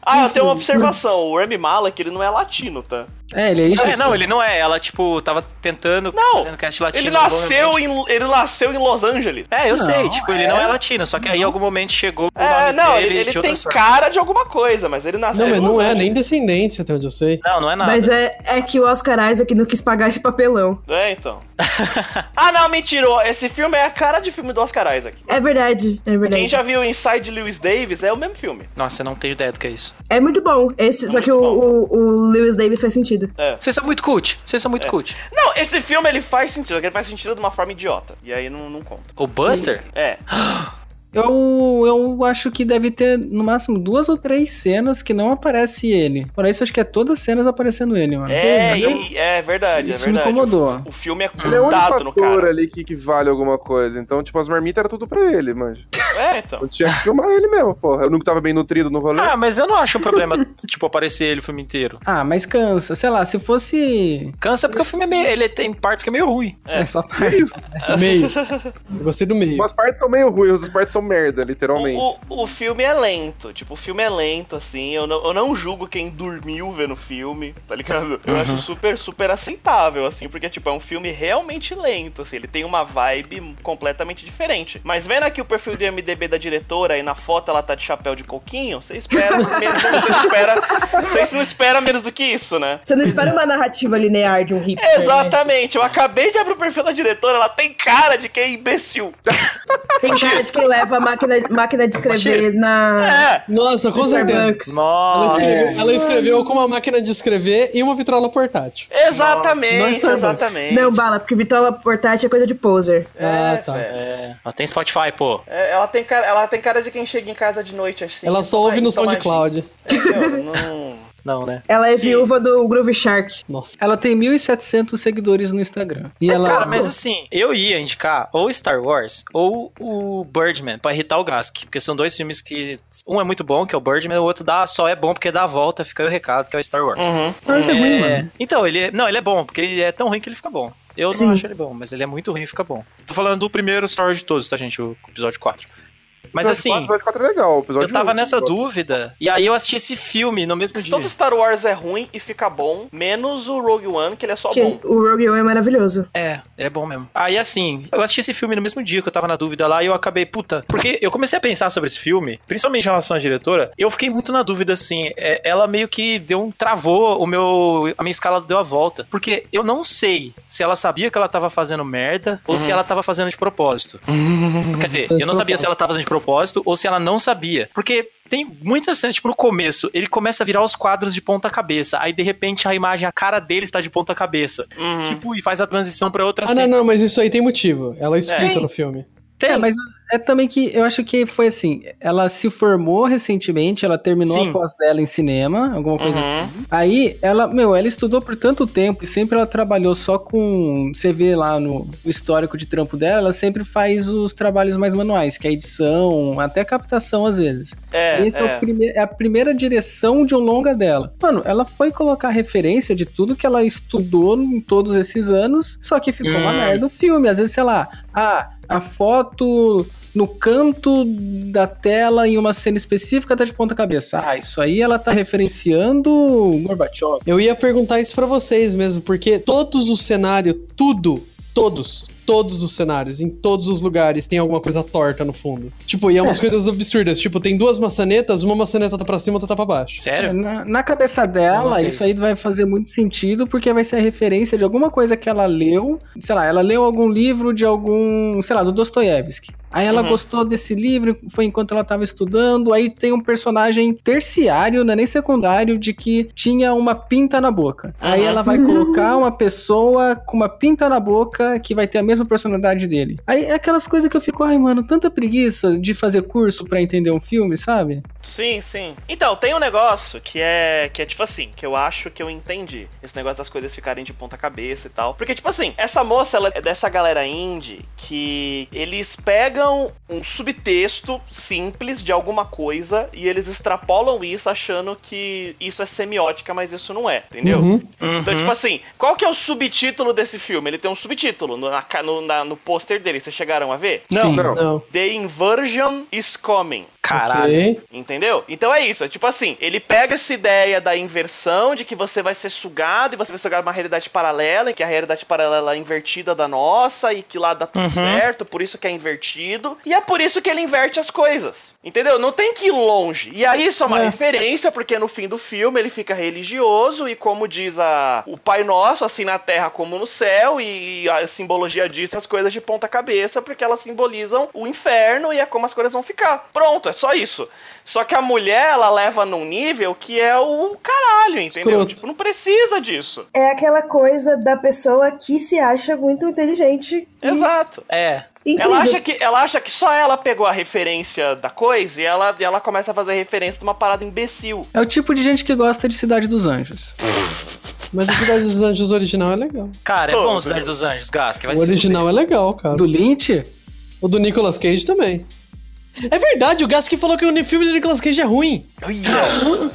Ah, eu tenho uma observação. O Remy Malek, ele não é latino, tá?
É, ele é isso.
É, não, ele não é. Ela, tipo, tava tentando.
Não,
Fazendo cast latino.
Ele
em algum
nasceu
momento.
em, ele nasceu em Los Angeles.
É, eu
Não,
sei. Tipo, ele não
é.
é latino. Só que aí, em algum momento, chegou. o
É,
nome
não, ele,
dele de
ele
outra
tem
sorte.
cara de alguma coisa, mas ele nasceu
Não,
em
mas
Los
não é
Angeles.
nem descendência, até onde eu sei.
Não, não é nada.
Mas é, é que o Oscar Isaac não quis pagar esse papelão.
É, então. [LAUGHS] ah, não, mentira. Esse filme é a cara de filme do Oscar Isaac.
É verdade, é verdade.
Quem já viu Inside Lewis Davis é o mesmo filme.
Nossa, eu não tenho ideia do que é isso.
É muito bom. Esse, só
Muito
que o,
bom.
o, o Lewis Davis faz sentido.
Vocês são muito cult. Vocês são muito
É.
cult.
Não, esse filme ele faz sentido, ele faz sentido de uma forma idiota. E aí não, não conta.
O Buster?
É.
Eu, eu acho que deve ter no máximo duas ou três cenas que não aparece ele. Por isso acho que é todas as cenas aparecendo ele, mano.
É,
Entendeu?
e- é verdade,
isso
é
me
verdade.
né? incomodou.
O filme é
Ele é o único
grudado no
ator
cara.
ali que, que vale alguma coisa. Então, tipo, as marmitas era tudo pra ele, manja.
É, então.
Eu tinha que filmar ele mesmo, porra. Eu nunca tava bem nutrido no
Né?
rolê.
Ah, mas eu não acho um problema, [LAUGHS] tipo, aparecer ele o filme inteiro.
Ah, mas cansa. Sei lá, se fosse.
Cansa porque o filme é meio. Ele tem partes que é meio ruim.
É, só parte.
Meio. Eu gostei do meio.
Umas partes são meio ruins, outras partes são merda, literalmente.
O, o, o filme é lento, tipo, o filme é lento, assim. Eu não, eu não julgo quem dormiu vendo o filme, tá ligado? Eu acho super, super aceitável, assim, porque, tipo, é um filme realmente lento, assim. Ele tem uma vibe completamente diferente. Mas vendo aqui o perfil do MDB da diretora e na foto ela tá de chapéu de coquinho, você espera, menos, você espera. Vocês não esperam menos do que isso, né?
Você não espera uma narrativa linear de um hipster. né?
Exatamente, eu acabei de abrir o perfil da diretora, ela tem cara de que é imbecil.
Tem cara de quem leva a máquina, máquina de escrever na.
É,
Nossa, com
no
certeza.
Starbucks.
Ela
Nossa.
escreveu, ela escreveu com uma máquina de escrever e uma vitrola portátil. Nossa,
exatamente,
nós
exatamente.
Não, bala, porque Vitola portátil é coisa de poser.
Ah, tá.
velho.
É, ela tem Spotify, pô.
É, ela, tem cara, ela tem cara de quem chega em casa de noite, assim.
Ela só ouve no
Então,
SoundCloud.
imagina.
[LAUGHS]
Meu, não-
Não, né?
Ela é viúva do Groove Shark.
Nossa.
Ela tem 1.700 seguidores no Instagram. E ela.
Cara, mas assim, eu ia indicar ou Star Wars ou o Birdman pra irritar o Gask. Porque são dois filmes que. Um é muito bom, que é o Birdman, o outro dá, só é bom porque dá a volta, fica aí o recado, que é o Star Wars.
Uhum.
Mas é ruim,
É,
mano.
Então, ele é, não, ele é bom, porque ele é tão ruim que ele fica bom. Eu
Sim.
não acho ele bom, mas ele é muito ruim e fica bom. Tô falando do primeiro Star Wars de todos, tá, gente? O episódio 4. Mas
Não,
assim,
O episódio 4 é legal. o episódio
eu tava
um,
nessa
eu gosto.
dúvida, e aí eu assisti esse filme no mesmo dia.
Todo Star Wars é ruim e fica bom, menos o Rogue One, que ele é só
Que
bom.
o Rogue One é maravilhoso.
É, ele é bom mesmo. Aí assim, eu assisti esse filme no mesmo dia que eu tava na dúvida lá e eu acabei, puta, porque eu comecei a pensar sobre esse filme, principalmente em relação à diretora, eu fiquei muito na dúvida assim, é, ela meio que deu um travou o meu a minha escala deu a volta, porque eu não sei se ela sabia que ela tava fazendo merda ou se ela tava fazendo de propósito. Quer dizer, eu não sabia se ela tava fazendo de propósito ou se ela não sabia. Porque tem muitas cenas, tipo, no começo, ele começa a virar os quadros de ponta cabeça. Aí, de repente, a imagem, a cara dele está de ponta cabeça.
Uhum.
Tipo, e faz a transição pra outra
É. Ah, não,
cena.
não, mas isso aí tem motivo. Ela explica
Tem.
no filme.
assim. Tem.
É, mas é também que eu acho que foi assim, ela se formou recentemente, ela terminou
Sim.
a pós dela em cinema, alguma coisa assim.
Uhum.
Aí ela, meu, ela estudou por tanto tempo e sempre ela trabalhou só com, você vê lá no no histórico de trampo dela, ela sempre faz os trabalhos mais manuais, que é edição, até captação às vezes.
É,
Esse é,
é.
o prime- é a primeira direção de um longa dela. Mano, ela foi colocar referência de tudo que ela estudou em todos esses anos, só que ficou uma
Hum.
merda o filme. Às vezes, sei lá, a, a foto no canto da tela em uma cena específica tá de ponta cabeça. Ah, isso aí ela tá referenciando o Gorbachev.
Eu ia perguntar isso pra vocês mesmo, porque todos os cenários, tudo, todos, todos os cenários, em todos os lugares, tem alguma coisa torta no fundo. Tipo, e é umas coisas absurdas. Tipo, tem duas maçanetas, uma maçaneta tá pra cima, outra tá pra baixo.
Sério?
É, Na, na cabeça
Não, não
dela,
tem
isso aí vai fazer muito sentido, porque vai ser a referência de alguma coisa que ela leu. Sei lá, ela leu algum livro de algum, sei lá, do Dostoiévski. Aí ela
Uhum.
gostou desse livro, foi enquanto ela tava estudando. Aí tem um personagem terciário, não é nem secundário, de que tinha uma pinta na boca. Aí
Uhum.
ela vai colocar uma pessoa com uma pinta na boca que vai ter a mesma personalidade dele. Aí é aquelas coisas que eu fico, ai, mano, tanta preguiça de fazer curso pra entender um filme, sabe?
Sim, sim. Então, tem um negócio que é que é tipo assim, que eu acho que eu entendi. Esse negócio das coisas ficarem de ponta cabeça e tal. Porque tipo assim, essa moça, ela é dessa galera indie que eles pegam um subtexto simples de alguma coisa e eles extrapolam isso achando que isso é semiótica, mas isso não é, entendeu?
Uhum.
Então, tipo assim, qual que é o subtítulo desse filme? Ele tem um subtítulo no, na ca- no, na- no pôster dele, vocês chegaram a ver?
Sim.
Não,
Não.
The Inversion is Coming.
Caralho.
Ok.
Entendeu? Então é isso. É tipo assim, ele pega essa ideia da inversão, de que você vai ser sugado e você vai sugar uma realidade paralela, que é a realidade paralela é invertida da nossa e que lá dá tudo
Uhum.
certo, por isso que é invertido. E é por isso que ele inverte as coisas. Entendeu? Não tem que ir longe. E aí isso é uma
É.
referência, porque no fim do filme ele fica religioso e como diz a, o Pai Nosso, assim na terra como no céu, e a simbologia diz as coisas de ponta cabeça, porque elas simbolizam o inferno e é como as coisas vão ficar. Pronto, é só isso. Só que a mulher, ela leva num nível que é o caralho, entendeu?
Escroto.
Tipo, não precisa disso.
É aquela coisa da pessoa que se acha muito inteligente.
Hum.
Exato.
É.
Incrível.
Ela acha, que, ela acha que só ela pegou a referência da coisa e ela, e ela começa a fazer referência de uma parada imbecil.
É o tipo de gente que gosta de Cidade dos Anjos.
Mas o Cidade dos Anjos original é legal.
Cara, é
Pô,
bom
velho.
o Cidade dos Anjos, Gás, que vai
O
se
original é legal, cara.
Do Lynch?
O do Nicolas Cage também. É verdade, o Gask falou que o filme do Nicolas Cage é ruim.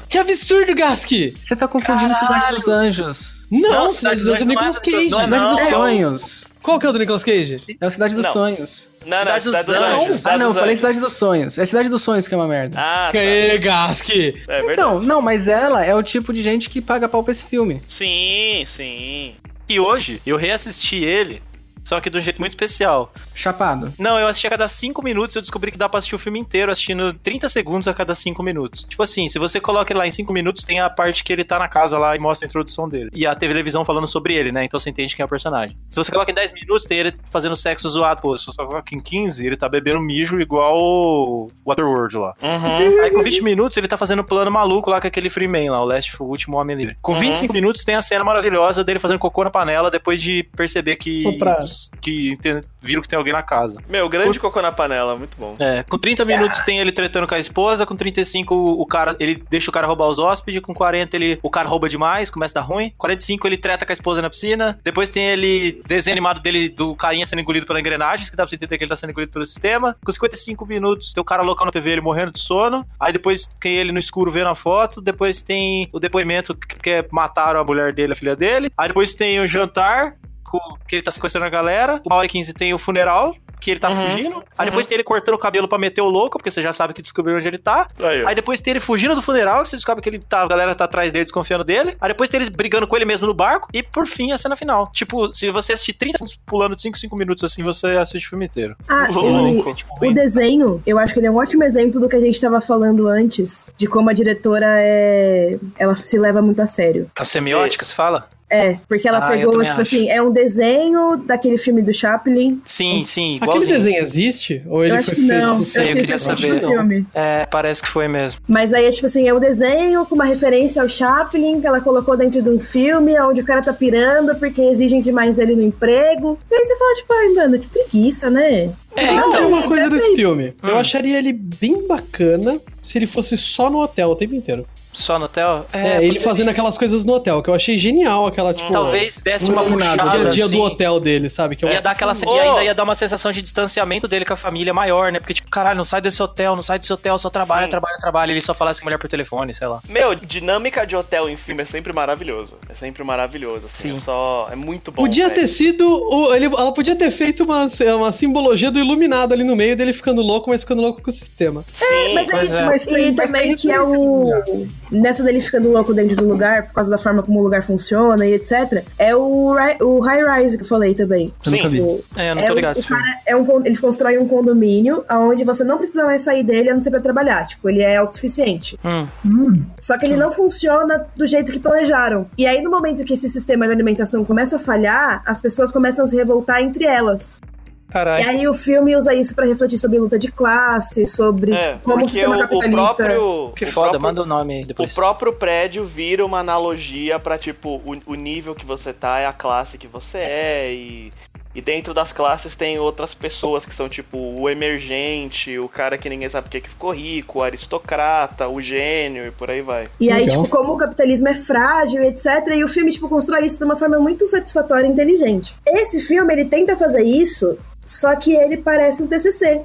Que absurdo, Gask!
Você tá confundindo Cidade dos Anjos.
Não,
Não,
Cidade dos Anjos é o
não é
Nicolas
do-
Cage.
não é
Cidade
não.
dos
é o-
Sonhos.
Qual que é o do Nicolas Cage?
É o Cidade dos
Não.
Sonhos.
Não, não,
Cidade
Cidade
dos
dos
Anjos.
Anjos.
Ah,
Cidade
não, eu
dos
falei
Anjos.
Cidade dos Sonhos. É Cidade dos Sonhos que é uma merda.
Ah, tá. É
Que Gask!
é
verdade.
então, não, mas ela é o tipo de gente que paga pau pra esse filme.
Sim, sim.
E hoje eu reassisti ele, só que de um jeito muito especial.
Chapado.
Não, eu assisti a cada 5 minutos, eu descobri que dá pra assistir o filme inteiro assistindo 30 segundos a cada 5 minutos. Tipo assim, se você coloca ele lá em 5 minutos, tem a parte que ele tá na casa lá e mostra a introdução dele. E a televisão falando sobre ele, né? Então você entende quem é o personagem. Se você coloca em 10 minutos, tem ele fazendo sexo zoado. Pô, se você coloca em 15, ele tá bebendo mijo igual o Waterworld lá. Aí com 20 minutos ele tá fazendo um plano maluco lá com aquele Freeman lá, o Last o último homem livre. Com
Uhum.
25 minutos tem a cena maravilhosa dele fazendo cocô na panela depois de perceber que
Soprar.
que tem- viram que tem alguém na casa.
Meu, grande cocô na panela, muito bom.
É, com 30 minutos tem ele tretando com a esposa, com 35 o o cara, ele deixa o cara roubar os hóspedes, com 40 ele, o cara rouba demais, começa a dar ruim. 45 ele treta com a esposa na piscina. Depois tem ele desenho animado dele do carinha sendo engolido pela engrenagem, que dá pra você entender que ele tá sendo engolido pelo sistema. Com 55 minutos tem o cara local na TV ele morrendo de sono. Aí depois tem ele no escuro vendo a foto, depois tem o depoimento que, que é- mataram a mulher dele, a filha dele. Aí depois tem o jantar, com- que ele tá sequestrando a galera. Uma hora e 15 tem o funeral, que ele tá fugindo. Aí depois tem ele cortando o cabelo pra meter o louco, porque você já sabe que descobriu onde ele tá.
Aí, ó.
Aí depois tem ele fugindo do funeral, que você descobre que ele tá, a galera tá atrás dele, desconfiando dele. Aí depois tem eles brigando com ele mesmo no barco. E por fim, a cena final. Tipo, se você assistir 30 segundos pulando de 5, 5 minutos assim, você assiste o filme inteiro. tipo,
Ah,
Louco.
e o desenho, eu acho que ele é um ótimo exemplo do que a gente tava falando antes, de como a diretora é. Ela se leva muito a sério.
A Tá semiótica, se fala?
É, porque ela
Ah, eu
pegou,
também
tipo
acho.
assim, é um desenho daquele filme do Chaplin.
Sim, sim,
Aquele
igualzinho.
desenho existe? Ou ele
eu acho
foi
que
feito?
não.
não sei,
acho
eu
que
queria
ele foi feito
saber.
no filme.
É, parece que foi mesmo.
Mas aí é tipo assim, é um desenho com uma referência ao Chaplin que ela colocou dentro de um filme onde o cara tá pirando porque exigem demais dele no emprego. E aí você fala, tipo, ai, mano, que preguiça, né?
É,
Tem que ter
então.
uma coisa desse filme. Eu
Hum.
acharia ele bem bacana se ele fosse só no hotel o tempo inteiro.
Só no hotel?
É, ele fazendo aquelas coisas no hotel, que eu achei genial, aquela, tipo...
Talvez desse uma
iluminado,
puxada.
o dia a dia
assim.
do hotel dele, sabe? Que é
Ia
um-
dar aquela,
Pô.
E ainda ia dar uma sensação de distanciamento dele com a família maior, né? Porque, tipo, caralho, não sai desse hotel, não sai desse hotel, só trabalha,
Sim.
trabalha, trabalha. Ele só falasse com a mulher por telefone, sei lá.
Meu, dinâmica de hotel em filme é sempre maravilhoso. É sempre maravilhoso, assim.
Sim.
É só. É muito bom.
Podia
velho.
ter sido. o- ele- ela podia ter feito uma, uma simbologia do iluminado ali no meio dele ficando louco, mas ficando louco com o sistema.
Sim,
Mas é
pois
isso,
é.
Mas tem-
e
mas
também
tem
que é
referência
o.
no
Nessa dele ficando louco dentro do lugar, por causa da forma como o lugar funciona e etc. É o, ri- o High Rise que eu falei também.
Eu
Sim.
nunca vi.
O-
É, eu não
É,
tô
o-
ligado
o
esse filme.
cara é um con- eles constroem um condomínio onde você não precisa mais sair dele a não ser pra trabalhar. Tipo, ele é autossuficiente.
Hum.
Só que ele não funciona do jeito que planejaram. E aí, no momento que esse sistema de alimentação começa a falhar, as pessoas começam a se revoltar entre elas. E
Caralho.
aí o filme usa isso pra refletir sobre luta de classe, sobre
É,
tipo, como o
porque
sistema
o, o
capitalista.
próprio.
Que
o
foda,
próprio-
manda o nome aí
O
depois.
próprio prédio vira uma analogia pra, tipo, o, o nível que você tá é a classe que você é e. E dentro das classes tem outras pessoas que são tipo o emergente, o cara que ninguém sabe porque que ficou rico, o aristocrata, o gênio e por aí vai.
E aí,
Legal.
tipo, como o capitalismo é frágil, etc. E o filme, tipo, constrói isso de uma forma muito satisfatória e inteligente. Esse filme, ele tenta fazer isso, só que ele parece um TCC.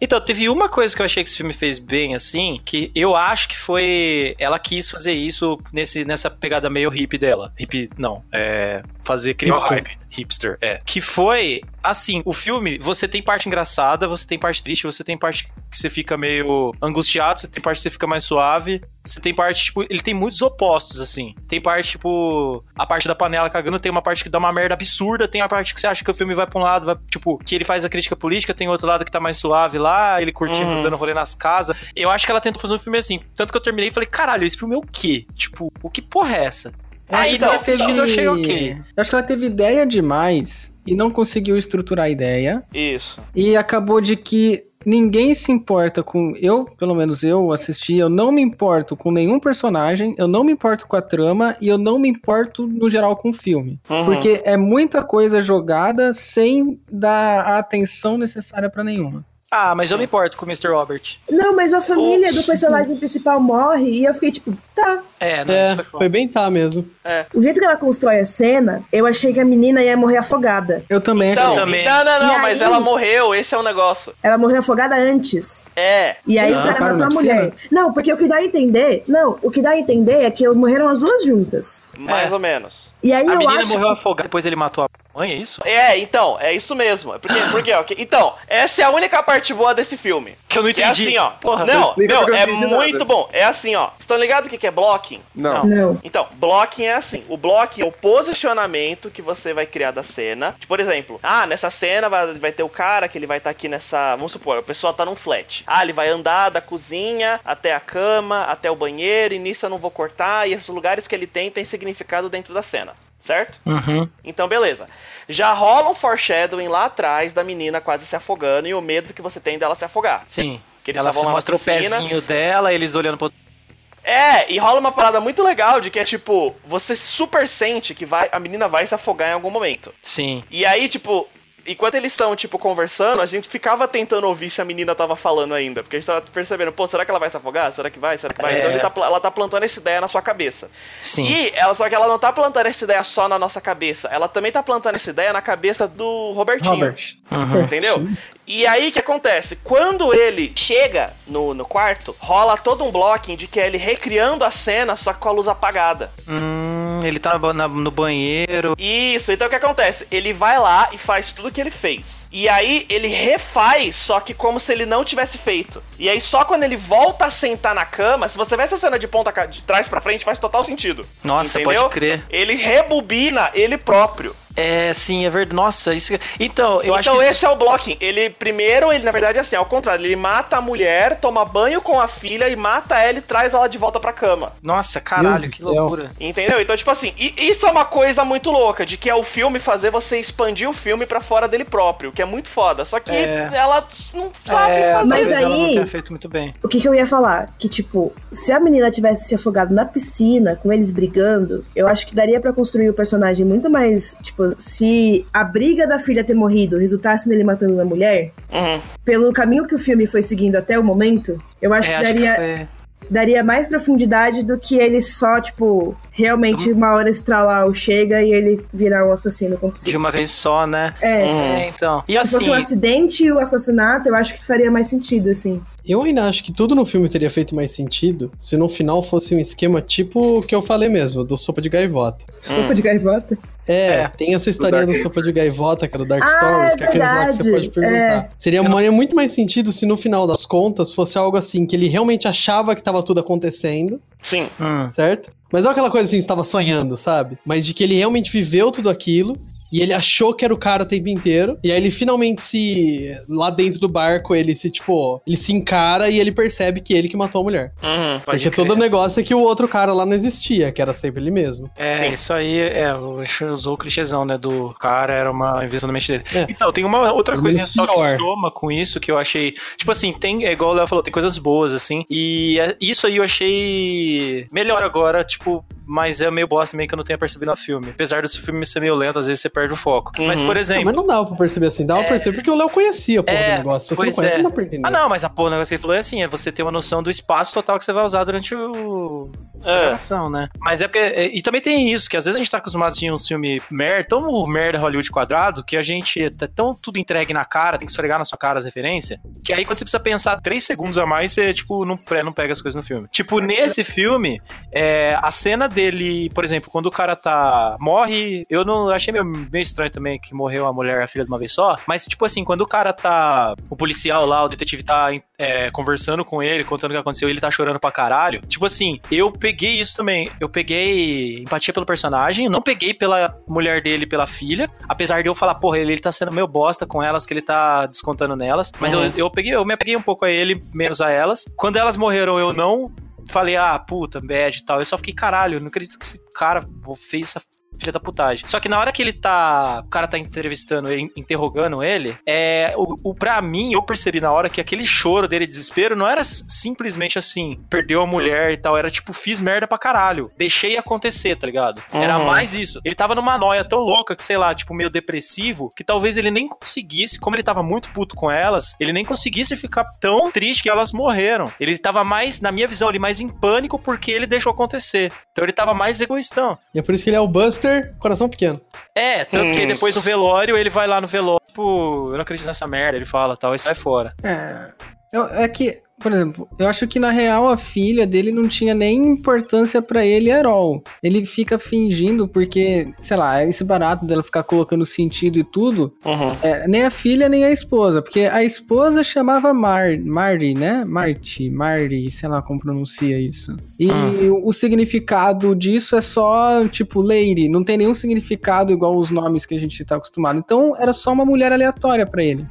Então, teve uma coisa que eu achei que esse filme fez bem, assim, que eu acho que foi. Ela quis fazer isso nesse, nessa pegada meio hippie dela. Hippie, não. É. Fazer criar
Hipster.
hype. Hipster, é. Que foi, assim, o filme, você tem parte engraçada, você tem parte triste, você tem parte que você fica meio angustiado, você tem parte que você fica mais suave. Você tem parte, tipo, ele tem muitos opostos, assim. Tem parte, tipo, a parte da panela cagando, tem uma parte que dá uma merda absurda, tem a parte que você acha que o filme vai pra um lado, vai, tipo, que ele faz a crítica política, tem outro lado que tá mais suave lá, ele curtindo,
Uhum.
dando rolê nas casas. Eu acho que ela tentou fazer um filme assim. Tanto que eu terminei e falei, caralho, esse filme é o quê? Tipo, o que porra é essa? Aí,
então,
nesse sentido, eu achei ok.
Eu acho que ela teve ideia demais e não conseguiu estruturar a ideia.
Isso.
E acabou de que ninguém se importa com. Eu, pelo menos eu assisti, eu não me importo com nenhum personagem, eu não me importo com a trama e eu não me importo, no geral, com o filme.
Uhum.
Porque é muita coisa jogada sem dar a atenção necessária pra nenhuma.
Ah, mas eu me importo com o Mr. Robert.
Não, mas a família do personagem principal morre e eu fiquei tipo, tá.
É, não,
É,
isso foi
foi
foda.
bem tá mesmo.
O jeito que ela constrói a cena, eu achei que a menina ia morrer afogada.
Eu também
Então,
achei.
também.
Não, não,
E
não,
aí-
mas ela morreu, esse é o negócio.
Ela morreu afogada antes.
É.
E aí
Eles
o cara
taparam
matou a
na
mulher. Não, porque o que dá a entender. Não, o que dá a entender é que morreram as duas juntas.
Mais
É.
ou menos.
E aí
A
eu
menina
acho.
morreu afogada, depois ele matou a mãe, é isso?
É, então, é isso mesmo. É Porque, porque, ó, que- então, essa é a única parte boa desse filme.
Que eu não
É assim, ó.
Porra.
não,
explica
meu,
porque eu
é
não entendi
muito
nada.
bom. É assim, ó. Estão ligados o que que é blocking?
Não.
Não.
Então, blocking é assim. O blocking é o posicionamento que você vai criar da cena. Tipo, por exemplo, ah, nessa cena vai, vai ter o cara que ele vai estar aqui nessa. Vamos supor, o pessoal tá num flat. Ah, ele vai andar da cozinha até a cama, até o banheiro, e nisso eu não vou cortar. E esses lugares que ele tem tem significado dentro da cena, certo?
Uhum.
Então, beleza. Já rola um foreshadowing lá atrás da menina quase se afogando e o medo que você tem dela se afogar.
Sim.
Que eles
ela
estavam lá na
mostra o
piscina.
pezinho dela, eles olhando pro outro.
É, e rola uma parada muito legal de que é tipo, você super sente que vai, a menina vai se afogar em algum momento.
Sim.
E aí, tipo, enquanto eles estão, tipo, conversando, a gente ficava tentando ouvir se a menina tava falando ainda. Porque a gente tava percebendo, pô, será que ela vai se afogar? Será que vai? Será que vai?
É.
Então ele tá pla- ela tá plantando essa ideia na sua cabeça.
Sim.
E ela, só que ela não tá plantando essa ideia só na nossa cabeça, ela também tá plantando essa ideia na cabeça do Robertinho.
Robert.
Uhum.
Entendeu? E aí o que acontece? Quando ele chega no, no quarto, rola todo um blocking de que é ele recriando a cena, só que com a luz apagada.
Hum. Hum, ele tá na- no banheiro.
Isso, então o que acontece? Ele vai lá e faz tudo o que ele fez. E aí ele refaz, só que como se ele não tivesse feito. E aí só quando ele volta a sentar na cama, se você vê essa cena de ponta ca- de trás pra frente, faz total sentido.
Nossa,
Entendeu?
pode crer.
Ele rebobina ele próprio.
É, sim, é verdade. Nossa, isso. Então, eu acho
então
que.
esse é o blocking. Ele primeiro, ele na verdade é assim, ao contrário, ele mata a mulher, toma banho com a filha e mata ela e traz ela de volta pra cama.
Nossa, caralho,
Deus
que
do céu.
loucura.
Entendeu? Então, tipo assim, i- isso é uma coisa muito louca, de que é o filme fazer você expandir o filme pra fora dele próprio, que é muito foda. Só que
É.
ela não sabe
É,
fazer.
Mas
talvez ela não
aí-
tenha feito muito bem.
O que, que eu ia falar? Que, tipo, se a menina tivesse se afogado na piscina, com eles brigando, eu acho que daria pra construir o personagem muito mais. Tipo, se a briga da filha ter morrido resultasse nele matando a mulher,
Uhum.
pelo caminho que o filme foi seguindo até o momento, eu acho
É,
que
acho
daria,
que
daria mais profundidade do que ele só, tipo, realmente uma hora estralar o chega e ele virar um assassino
foi de
compulsivo.
uma vez só, né?
É.
É, então. E
Se fosse
assim,
um acidente e o assassinato, eu acho que faria mais sentido, assim.
Eu ainda acho que tudo no filme teria feito mais sentido se no final fosse um esquema tipo o que eu falei mesmo, do Sopa de Gaivota.
Hum.
Sopa de gaivota.
É,
É.
tem essa historinha do, Sopa de Gaivota, que era do Dark
Ah,
Stories,
é
que é aqueles lá que você
verdade, É.
pode perguntar. Seria faria muito mais sentido se no final das contas fosse algo assim, que ele realmente achava que tava tudo acontecendo,
Sim.
hum,
certo? Mas não aquela coisa assim, estava sonhando, sabe? Mas de que ele realmente viveu tudo aquilo. E ele achou que era o cara o tempo inteiro. E aí ele finalmente se. Lá dentro do barco, ele se, tipo. Ele se encara e ele percebe
é
que ele que matou a mulher.
Uhum.
pode
Porque
crer.
todo o negócio é que o outro cara lá não existia, que era sempre ele mesmo.
É,
Sim.
isso aí, é, o Exu usou o clichêzão, né, do cara, era uma invenção da mente dele.
É.
Então, tem uma outra
Pelo
coisinha
menos
só
pior.
que soma com isso, que eu achei, tipo assim, tem, é igual o Léo falou, tem coisas boas, assim, e é, isso aí eu achei melhor agora, tipo, mas é meio bosta, meio que eu não tenha percebido no filme. Apesar desse filme ser meio lento, às vezes você perde o foco. Mas,
Uhum.
por
Não,
exemplo...
mas não dava pra perceber assim. Dava pra perceber porque o Léo conhecia, porra,
É,
do negócio. Se você não
pois
conhece,
é.
não dá pra entender.
Ah, não, mas a porra, o negócio que ele falou é assim: é você ter uma noção do espaço total que você vai usar durante o.
É.
a gravação, né? Mas é porque. é, E também tem isso, que às vezes a gente tá acostumado a um filme merda, tão merda Hollywood quadrado, que a gente tá tão tudo entregue na cara, tem que esfregar na sua cara as referências, que aí quando você precisa pensar três segundos a mais, você, tipo, não, pre- não pega as coisas no filme. Tipo, nesse filme, é, a cena dele, por exemplo, quando o cara tá. morre. Eu não eu achei meio, meio estranho também que morreu a mulher e a filha de uma vez só. Mas, tipo assim, quando o cara tá. O policial lá, o detetive tá é, conversando com ele, contando o que aconteceu, ele tá chorando pra caralho. Tipo assim, eu peguei isso também. Eu peguei empatia pelo personagem, não peguei pela mulher dele e pela filha. Apesar de eu falar, porra, ele, ele tá sendo meio bosta com elas, que ele tá descontando nelas. Mas eu, eu peguei, eu me apeguei um pouco a ele, menos a elas. Quando elas morreram, eu não falei, ah, puta, bad e tal. Eu só fiquei, caralho, eu não acredito que esse cara fez essa filha da putagem. Só que na hora que ele tá. O cara tá entrevistando, ele, interrogando ele, é. O, o, pra mim, eu percebi na hora que aquele choro dele, de desespero, não era s- simplesmente assim, perdeu a mulher e tal. Era tipo, fiz merda pra caralho. Deixei acontecer, tá ligado? Era
Uhum.
mais isso. Ele tava numa noia tão louca que, sei lá, tipo, meio depressivo, que talvez ele nem conseguisse, como ele tava muito puto com elas, ele nem conseguisse ficar tão triste que elas morreram. Ele tava mais, na minha visão, ele mais em pânico porque ele deixou acontecer. Então ele tava mais egoístão.
E é por isso que ele é o Buster, coração pequeno.
É, tanto que
Hum.
depois do velório, ele vai lá no velório, tipo, eu não acredito nessa merda, ele fala tal, e sai fora.
É. Eu- é que, por exemplo, eu acho que na real a filha dele não tinha nem importância pra ele at all. Ele fica fingindo porque, sei lá, é esse barato dela ficar colocando sentido e tudo,
Uhum.
é, nem a filha nem a esposa, porque a esposa chamava Mar Marty, né? Marty, Marty, sei lá como pronuncia isso. E o, o significado disso é só, tipo, lady, não tem nenhum significado igual os nomes que a gente tá acostumado. Então era só uma mulher aleatória pra ele.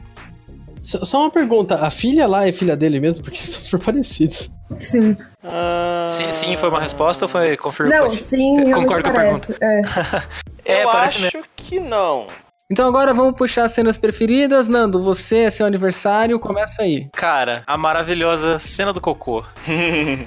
Só só uma pergunta: a filha lá é filha dele mesmo? Porque [LAUGHS] são super parecidos.
Sim.
Ah,
Sim, sim, foi uma resposta ou foi confirmado?
Não, sim, realmente
Concordo com a
parece. É.
É,
eu
parece
acho que
[LAUGHS]
não.
Então agora vamos puxar as cenas preferidas. Nando, você, é seu aniversário, começa aí.
Cara, a maravilhosa cena do cocô.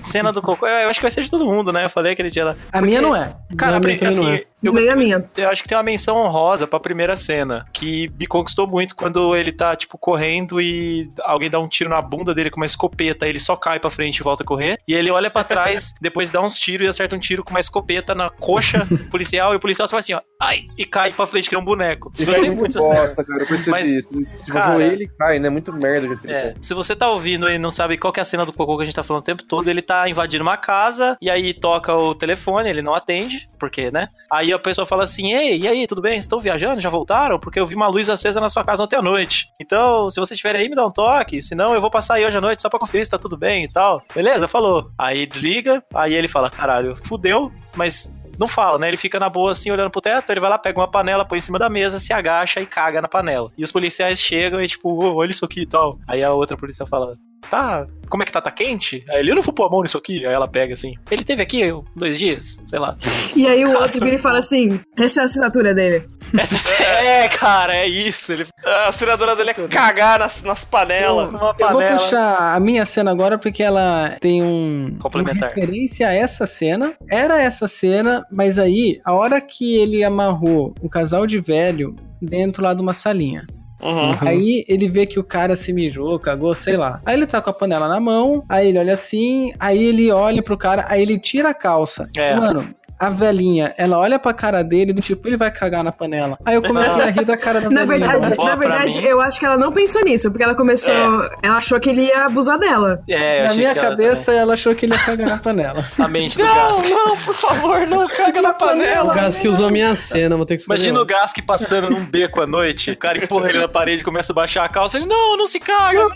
Cena do cocô, eu eu acho que vai ser de todo mundo, né? Eu falei aquele dia lá.
A minha é. não é.
Cara,
Não,
a
a minha
pri-
também não
assim, Eu
Meia
gostei muito-
minha.
Eu acho que tem uma menção honrosa pra primeira cena, que me conquistou muito quando ele tá, tipo, correndo e alguém dá um tiro na bunda dele com uma escopeta, ele só cai pra frente e volta a correr, e ele olha pra trás, [LAUGHS] depois dá uns tiros e acerta um tiro com uma escopeta na coxa do policial, e o policial só faz assim, ó, ai, e cai pra frente, que é um boneco. Eu
é
gostei muito
muito
dessa cena.
bosta, cara. Eu percebi
Mas,
isso. Tipo,
cara-
voei, ele cai, né? Muito merda o jeito que ele
É,
cai.
se você tá ouvindo e não sabe qual que é a cena do cocô que a gente tá falando o tempo todo, ele tá invadindo uma casa e aí toca o telefone, ele não atende, porque, né? Aí a pessoa fala assim: Ei, e aí, tudo bem? Vocês estão viajando? Já voltaram? Porque eu vi uma luz acesa na sua casa ontem à noite. Então, se você estiver aí, me dá um toque. Senão, eu vou passar aí hoje à noite só pra conferir se tá tudo bem e tal. Beleza? Falou. Aí desliga, aí ele fala: Caralho, fudeu, mas. Não fala, né? Ele fica na boa assim, olhando pro teto, ele vai lá, pega uma panela, põe em cima da mesa, se agacha e caga na panela. E os policiais chegam e tipo, "Ô, olha isso aqui e tal. Aí a outra policial fala, tá, como é que tá? Tá quente? Aí ele, eu não vou pôr a mão nisso aqui. Aí ela pega assim, ele teve aqui dois dias, sei lá.
E aí o outro vira e fala assim: essa é a assinatura dele.
Essa- é, cara, é isso. Ele
A assinadora dele é cagar nas, nas
ela,
panelas.
uma
Eu vou
panela.
puxar a minha cena agora porque ela tem um
Complementar.
uma referência a essa cena. Era essa cena, mas aí a hora que ele amarrou um casal de velho dentro lá de uma salinha.
Uhum.
Aí ele vê que o cara se mijou, cagou, sei lá. Aí ele tá com a panela na mão, aí ele olha assim, aí ele olha pro cara, aí ele tira a calça.
É.
Mano, a velhinha, ela olha pra cara dele do tipo, ele vai cagar na panela. Aí eu comecei a rir da cara da
[LAUGHS]
é
Na
velhinha.
verdade,
Bom,
na
pra mim-
verdade eu acho que ela não pensou nisso, porque ela começou. Ela achou que ele ia abusar dela.
É, eu
na
achei
minha
que ela-
cabeça, ela achou que ele ia cagar na panela.
a mente do Gask.
não, por favor, não caga na
O Gas que usou minha cena, vou ter que escolher.
Imagina o
outra.
Gask passando num beco à noite, o cara empurra ele na parede e começa a baixar a calça. Ele, não, não se caga.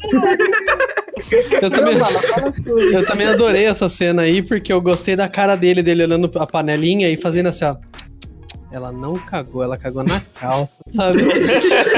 eu também, [LAUGHS] eu também adorei essa cena aí, porque eu gostei da cara dele, dele olhando a panelinha e fazendo assim, ó. Ela não cagou, ela cagou na calça, sabe?
É,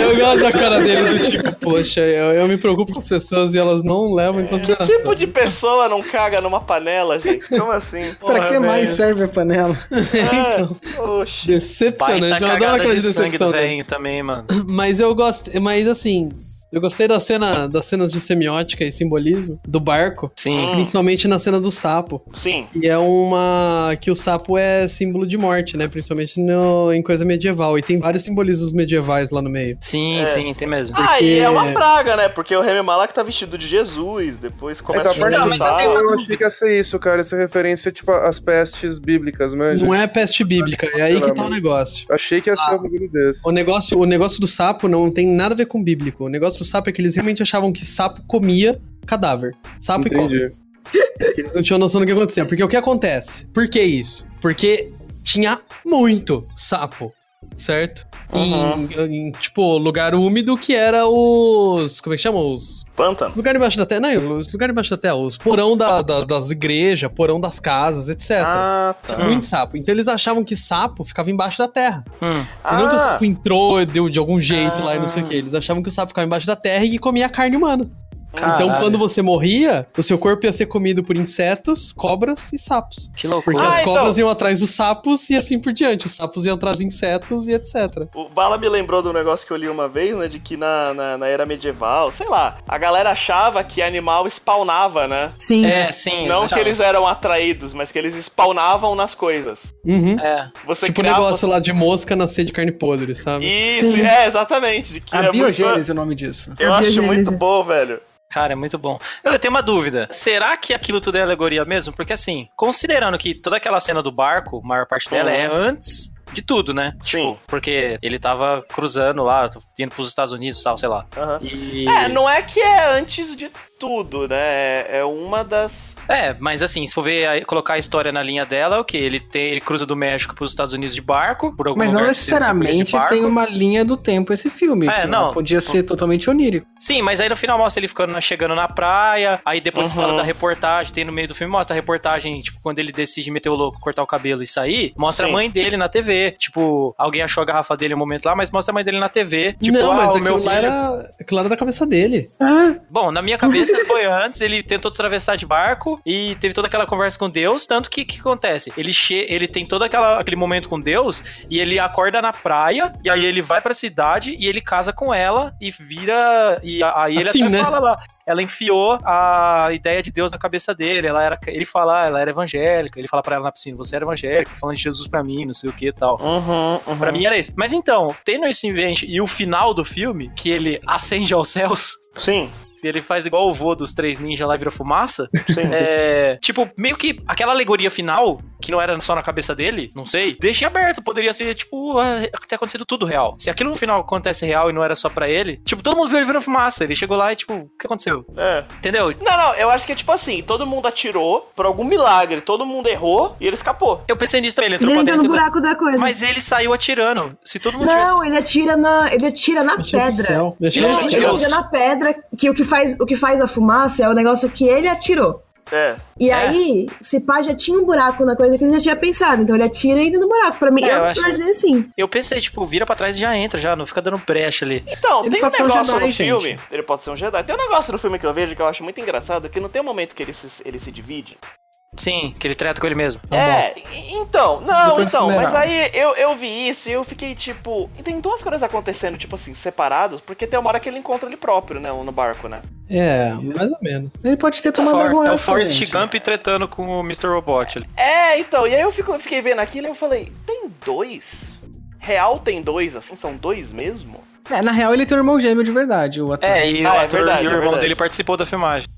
Eu gosto da cara dele do tipo, poxa, eu, eu me preocupo com as pessoas e elas não levam
É.
em
Que
consideração.
tipo de pessoa não caga numa panela, gente? Como assim?
pra que mais serve a panela?
Ah, Oxi.
Baita
Decepcionante, eu adoro
cagada
aquela
de
de
sangue do
decepção. né?
velhinho também, mano.
Mas eu gosto, mas assim, eu gostei da cena, das cenas de semiótica e simbolismo do barco,
Sim.
principalmente na cena do sapo.
Sim.
E é uma. que o sapo é símbolo de morte, né? Principalmente no, em coisa medieval. E tem vários simbolismos medievais lá no meio.
Sim,
É.
sim, tem mesmo.
Ah, e é uma praga, né? Porque o Remy Malak tá vestido de Jesus, depois começa
Então,
a
a partir
Não,
chutar.
mas
disso,
eu tenho
eu
uma
achei que ia ser isso, cara. Essa referência, tipo, às pestes bíblicas, manja.
Não é peste bíblica, é aí que tá o negócio.
Achei que ia
Ah.
ser um bagulho desse.
O negócio, o negócio do sapo não tem nada a ver com bíblico. O negócio do sapo é que eles realmente achavam que sapo comia cadáver. Sapo e cobra.
Entendi.
Eles não tinham noção do que acontecia. Porque o que acontece? Por que isso? Porque tinha muito sapo, certo?
Uhum.
Em, em, tipo, lugar úmido que era os. Como é que chama? Os.
Pântano.
Lugar embaixo da terra, não, os lugares embaixo da terra, os porão da- da- das igrejas, porão das casas, etc.
Ah, tá.
Tinha Muito sapo. Então eles achavam que sapo ficava embaixo da terra.
Hum.
E Não que
Ah,
o sapo entrou e deu de algum jeito lá e não sei o
Ah.
que. Eles achavam que o sapo ficava embaixo da terra e que comia carne humana. Então
Caralho.
quando você morria, o seu corpo ia ser comido por insetos, cobras e sapos.
Que loucura.
Porque
Ah,
as
então.
cobras iam atrás dos sapos e assim por diante. Os sapos iam atrás de insetos e etc.
O Bala me lembrou de um negócio que eu li uma vez, né? De que na, na, na era medieval, sei lá, a galera achava que animal spawnava, né?
Sim.
É, sim.
Não
exato.
que eles eram atraídos, mas que eles spawnavam nas coisas.
Uhum.
É.
Você
Tipo o
um
criava.
negócio lá de mosca nascer de carne podre, sabe?
Isso,
Sim.
é, exatamente. De que é
A
muito-
biogênese é o nome disso.
Eu
A
acho
biogênese.
muito bom, velho.
Cara, é muito bom. Eu tenho uma dúvida. Será que aquilo tudo é alegoria mesmo? Porque assim, considerando que toda aquela cena do barco, a maior parte dela é antes de tudo, né?
Uhum. Sim.
Porque ele tava cruzando lá, indo pros Estados Unidos, tal, sei lá.
Aham.
E...
É, não é que é antes de tudo, né? É- É uma das.
É, mas assim, se for ver, aí, colocar a história na linha dela, é o que ele tem, ele cruza do México pros Estados Unidos de barco, por algum
Mas não
lugar que seja de
necessariamente
assim, tipo barco.
tem um uma linha do tempo esse filme.
É,
Ela
não.
Podia ser totalmente onírico.
Sim, mas aí no final mostra ele ficando na- chegando na praia, aí depois
Uhum.
fala da reportagem, tem no meio do filme, mostra a reportagem, tipo, quando ele decide meter o louco, cortar o cabelo e sair, mostra
Sim.
a mãe dele na TV. Tipo, alguém achou a garrafa dele um momento lá, mas mostra a mãe dele na TV. Tipo,
não,
ah,
mas
o meu
aquilo lá
filho-
era, aquilo lá era da cabeça dele.
Bom, na minha cabeça você foi antes, ele tentou atravessar de barco e teve toda aquela conversa com Deus. Tanto que o que acontece? Ele, che ele tem todo aquela, aquele momento com Deus e ele acorda na praia e aí ele vai pra cidade e ele casa com ela e vira. E a- aí ele
Assim,
até
né?
fala lá. Ela enfiou a ideia de Deus na cabeça dele. Ela era, ele fala, ah, ela era evangélica. Ele fala pra ela na piscina, você era evangélica, falando de Jesus pra mim, não sei o que e tal.
Uhum, uhum.
Pra mim era isso. Mas então, tendo esse invente e o final do filme, que ele acende aos céus,
Sim,
e ele faz igual o vô dos três ninjas lá e vira fumaça,
sim.
é. Tipo, meio que aquela alegoria final, que não era só na cabeça dele, não sei, deixa em aberto. Poderia ser, tipo, ah, ter acontecido tudo real. Se aquilo no final acontece real e não era só pra ele, tipo, todo mundo viu ele virando fumaça. Ele chegou lá e, tipo, o que aconteceu?
É.
Entendeu?
Não, não, eu acho que é tipo assim, todo mundo atirou por algum milagre, todo mundo errou e ele escapou.
Eu pensei nisso também, ele entrou
Ele
pra
entra
dentro.
no
do-
buraco da coisa.
Mas ele saiu atirando. Se todo mundo tivesse.
Não, ele atira na, ele atira na
Deixa do
pedra.
céu. Deixa
Não,
do
Deus.
ele
céu.
atira na pedra, que o que, faz, o que faz a fumaça é o negócio que ele atirou.
É.
E
É.
aí, se pá, já tinha um buraco na coisa que ele já tinha pensado. Então ele atira e entra no buraco. Pra mim,
É,
eu,
eu acho-
imaginei assim.
Eu pensei, tipo, vira pra trás e já entra, já, não fica dando brecha ali.
Então,
Ele
tem um
pode ser um
negócio
Jedi,
no
gente.
filme. Ele pode ser um Jedi. Tem um negócio no filme que eu vejo que eu acho muito engraçado, que não tem um momento que ele se, ele se divide.
Sim, que ele treta com ele mesmo.
é, e- então, não,
Depois
então,
do funeral.
mas aí eu, eu vi isso e eu fiquei tipo. E tem duas coisas acontecendo, tipo assim, separadas, porque tem uma hora que ele encontra ele próprio, né, no barco, né?
É, mais ou menos.
Ele pode ter tomado
For-
um
alguma
é o
essa,
Forrest
gente.
Gump tretando com o Mr. Robot ali.
É, então, e aí eu, fico, eu fiquei vendo aquilo e eu falei, tem dois? Real tem dois, assim, são dois mesmo?
É, na real, ele tem um irmão gêmeo de verdade, o ator.
É, e
Ah,
o
é
ator
verdade,
e
é
o irmão
verdade.
dele participou da filmagem.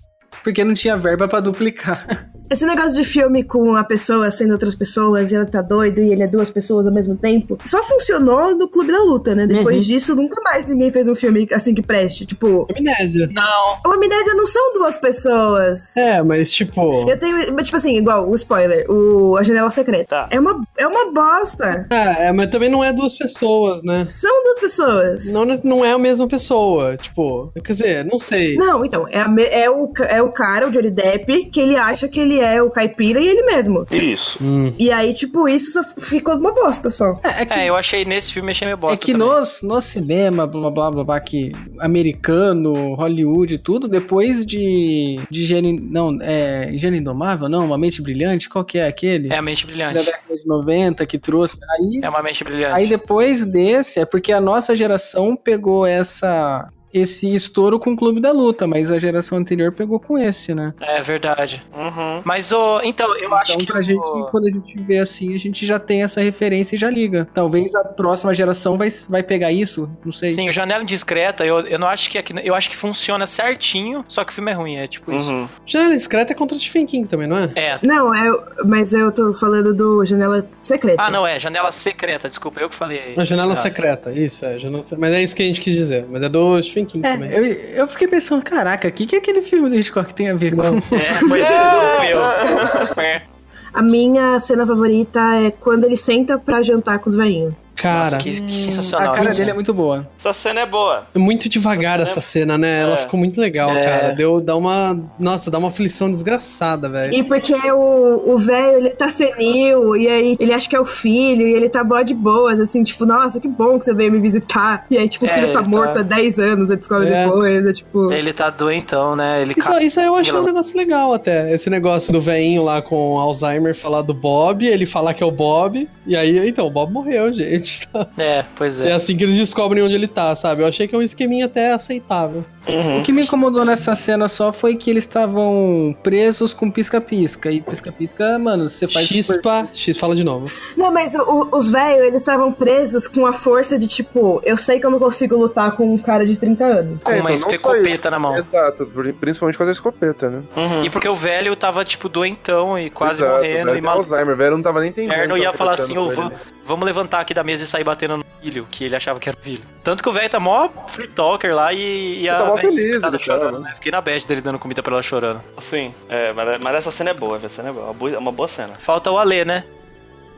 Porque não tinha verba pra
[LAUGHS]
duplicar. É
Esse negócio de filme com a pessoa sendo outras pessoas e ela tá doido e ele é duas pessoas ao mesmo tempo, só funcionou no Clube da Luta, né? Depois disso, nunca mais ninguém fez um filme assim que preste. Tipo,
Amnésia.
Não,
o Amnésia não são duas pessoas.
É, mas tipo.
Eu tenho, mas, tipo assim, igual o spoiler, o, a janela secreta.
Tá.
É uma, é uma bosta.
É, é, mas também não é duas pessoas, né?
São duas pessoas.
Não, não é a mesma pessoa. Tipo, quer dizer, não sei.
Não, então, é, a me- é, o, ca- é o cara, o Johnny Depp, que ele acha que ele é o caipira e ele mesmo.
Isso.
Hum.
E aí, tipo, isso só ficou uma bosta só.
É, é que,
é, eu achei nesse filme achei meio
é
bosta.
que
também.
nos, no cinema, blá blá blá blá, que americano, Hollywood e tudo, depois de, de Gênio. Não, é. Gênio Indomável, não, Uma Mente Brilhante, qual que é aquele?
É a mente
Da
brilhante.
década de 90 que trouxe. Aí
É uma mente brilhante.
Aí depois desse, é porque a nossa geração pegou essa esse estouro com o Clube da Luta, mas a geração anterior pegou com esse, né?
É verdade.
Uhum.
Mas o. Então, eu acho
então,
que.
pra gente,
o-
quando a gente vê assim, a gente já tem essa referência e já liga. Talvez a próxima geração vai, vai pegar isso, não sei.
Sim, o Janela Indiscreta, eu, eu não acho que é que- Eu acho que funciona certinho, só que o filme é ruim, é tipo isso.
Uhum.
Janela discreta é contra o Stephen King também, não é?
É.
Não, é, mas eu tô falando do Janela Secreta.
Ah, não, é. Janela Secreta, desculpa, eu que falei.
A janela
Ah.
secreta, isso, é. Janela secreta. Mas é isso que a gente quis dizer. Mas é do Stephen King
É,
também.
eu, eu fiquei pensando, caraca, o que, que aquele filme do Hitchcock tem a ver com...
Não.
É,
[LAUGHS]
pois é, não fui eu. É.
A minha cena favorita é quando ele senta pra jantar com os veinhos.
Cara,
Nossa, que, que
A
sensacional.
cara
isso.
dele é muito boa.
Essa cena é boa.
é muito devagar essa cena, né? Ela
É.
ficou muito legal,
É.
cara. Deu, dá uma. Nossa, dá uma aflição desgraçada, velho.
E porque o o velho, ele tá senil, e aí ele acha que é o filho, e ele tá bó de boas, assim, tipo, nossa, que bom que você veio me visitar. E aí, tipo, o
É,
filho tá
ele
morto
tá-
há 10 anos, ele descobre
É.
depois, é tipo...
Ele tá doentão, né? Ele
Isso,
ca-
isso aí eu achei
Ela-
um negócio legal até. Esse negócio do veinho lá com Alzheimer falar do Bob, ele falar que é o Bob, e aí, então, o Bob morreu, [LAUGHS] gente.
É, pois
É
é.
assim que eles descobrem onde ele tá, sabe? Eu achei que é um esqueminha até aceitável.
O que me incomodou nessa cena só foi que eles estavam presos com pisca-pisca. E pisca-pisca, mano, você faz...
Chispa, X, fala de novo.
Não, mas o- o- os velhos, eles estavam presos com a força de, tipo, eu sei que eu não consigo lutar com um cara de 30 anos.
Com
É,
uma
então, não só
escopeta na mão.
Exato, pri- principalmente com a escopeta, né?
E porque o velho tava, tipo, doentão e quase
Exato,
morrendo.
velho, tá
E
tem
maluco.
Alzheimer, velho, eu não tava nem entendendo.
Inferno
o que
ia
tava
falar assim,
acontecendo
ô,
com
vam-
ele.
vamos levantar aqui da mesa e sair batendo no filho, que ele achava que era o filho. Tanto que o velho tá mó free talker lá e, e a
Tá mó
velha
feliz,
coitada
ele tá,
chorando,
né?
né? Fiquei na bad dele dando comida pra ela chorando.
Sim, é, mas, mas essa cena é boa, essa cena é boa. É uma boa- é uma boa cena.
Falta o Alê, né?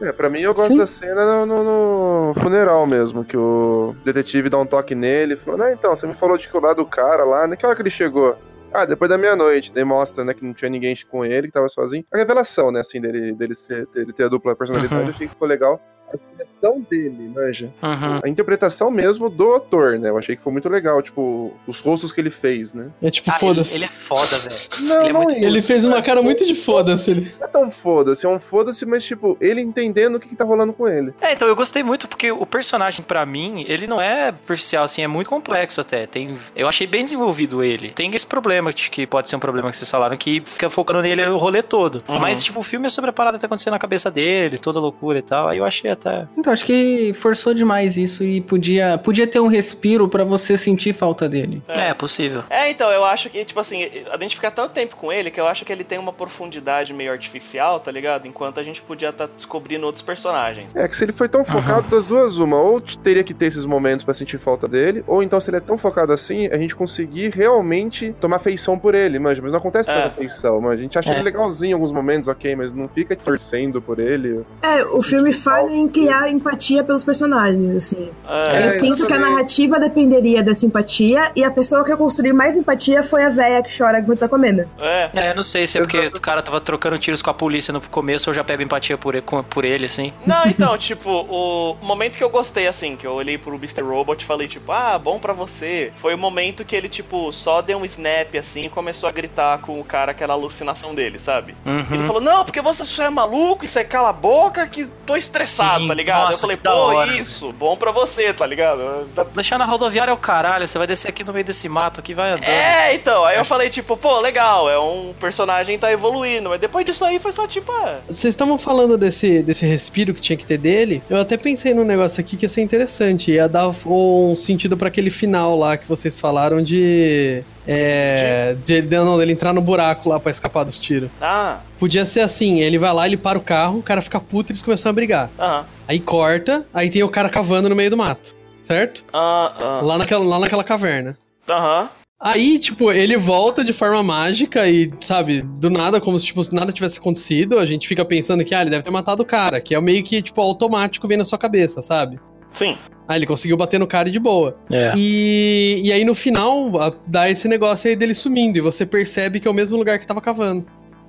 É, pra mim, eu gosto
Sim.
da cena no, no- no funeral mesmo, que o detetive dá um toque nele e falou, né, então, você me falou de que lá do cara lá, né, que hora que ele chegou? Ah, depois da meia-noite. Daí mostra, né, que não tinha ninguém com ele, que tava sozinho. A revelação, né, assim, dele, dele, ser, dele ter a dupla personalidade,
Uhum.
eu achei que ficou legal. a direção dele, manja.
Uhum.
A interpretação mesmo do ator, né? Eu achei que foi muito legal, tipo, os rostos que ele fez, né?
É tipo,
Cara, ele,
foda-se. Ele,
ele é foda, velho.
Não,
Ele é muito-
fez uma cara muito de foda-se. Ele...
Não é tão foda-se, é um foda-se, mas tipo, ele entendendo o que, que tá rolando com ele.
É, então eu gostei muito porque o personagem, pra mim, ele não é superficial, assim, é muito complexo até. Tem, eu achei bem desenvolvido ele. Tem esse problema, de que pode ser um problema que vocês falaram, que fica focando nele o rolê todo.
Uhum.
Mas, tipo, o filme é sobre a parada que tá acontecendo na cabeça dele, toda loucura e tal. Aí eu achei até.
Então, acho que forçou demais isso e podia, podia ter um respiro pra você sentir falta dele.
É, possível.
É, então, eu acho que, tipo assim, a gente fica tanto tempo com ele que eu acho que ele tem uma profundidade meio artificial, tá ligado? Enquanto a gente podia estar descobrindo outros personagens.
É que se ele foi tão focado das duas, uma, ou t- teria que ter esses momentos pra sentir falta dele, ou então se ele é tão focado assim, a gente conseguir realmente tomar feição por ele, manja. Mas não acontece
É.
tanta feição, manja. A gente
É.
acha ele legalzinho em alguns momentos, ok, mas não fica torcendo por ele.
É, o filme falha em criar empatia pelos personagens, assim.
É,
É,
eu sinto que a
exatamente.
narrativa dependeria dessa empatia e a pessoa que eu construí mais empatia foi a véia que chora enquanto tá comendo.
é.
É, não sei se é porque o cara tava trocando tiros com a polícia no começo, eu já pego empatia por ele, com- por ele assim.
Não, então, tipo, o momento que eu gostei, assim, que eu olhei pro Mr. Robot e falei, tipo, ah, bom pra você. Foi o momento que ele, tipo, só deu um snap, assim, e começou a gritar com o cara aquela alucinação dele, sabe? Ele
Uhum.
falou, não, porque você só é maluco, isso é cala a boca, que tô estressado,
Sim,
tá ligado?
nossa,
eu falei,
que da
pô,
hora."
isso, bom pra você, tá ligado? Tá-
Deixar na rodoviária é o caralho, você vai descer aqui no meio desse mato aqui, vai andando.
É, então, aí eu falei, tipo, pô, legal, é um personagem tá evoluindo, mas depois disso aí foi só, tipo, ah,
Vocês estavam falando desse, desse respiro que tinha que ter dele. Eu até pensei num negócio aqui que ia ser interessante. Ia dar um sentido pra aquele final lá que vocês falaram de. É. De ele, não, dele entrar no buraco lá pra escapar dos tiros.
ah,
Podia ser assim: ele vai lá, ele para o carro, o cara fica puto e eles começam a brigar.
aham,
Aí corta, aí tem o cara cavando no meio do mato, certo?
ah,
Lá naquela, lá naquela caverna.
ah, aham,
Aí, tipo, ele volta de forma mágica e, sabe, do nada, como se tipo, nada tivesse acontecido, a gente fica pensando que, ah, ele deve ter matado o cara, que é meio que, tipo, automático vem na sua cabeça, sabe?
sim,
Ah, ele conseguiu bater no cara e de boa.
É.
E, e aí no final a- dá esse negócio aí dele sumindo e você percebe que é o mesmo lugar que tava cavando.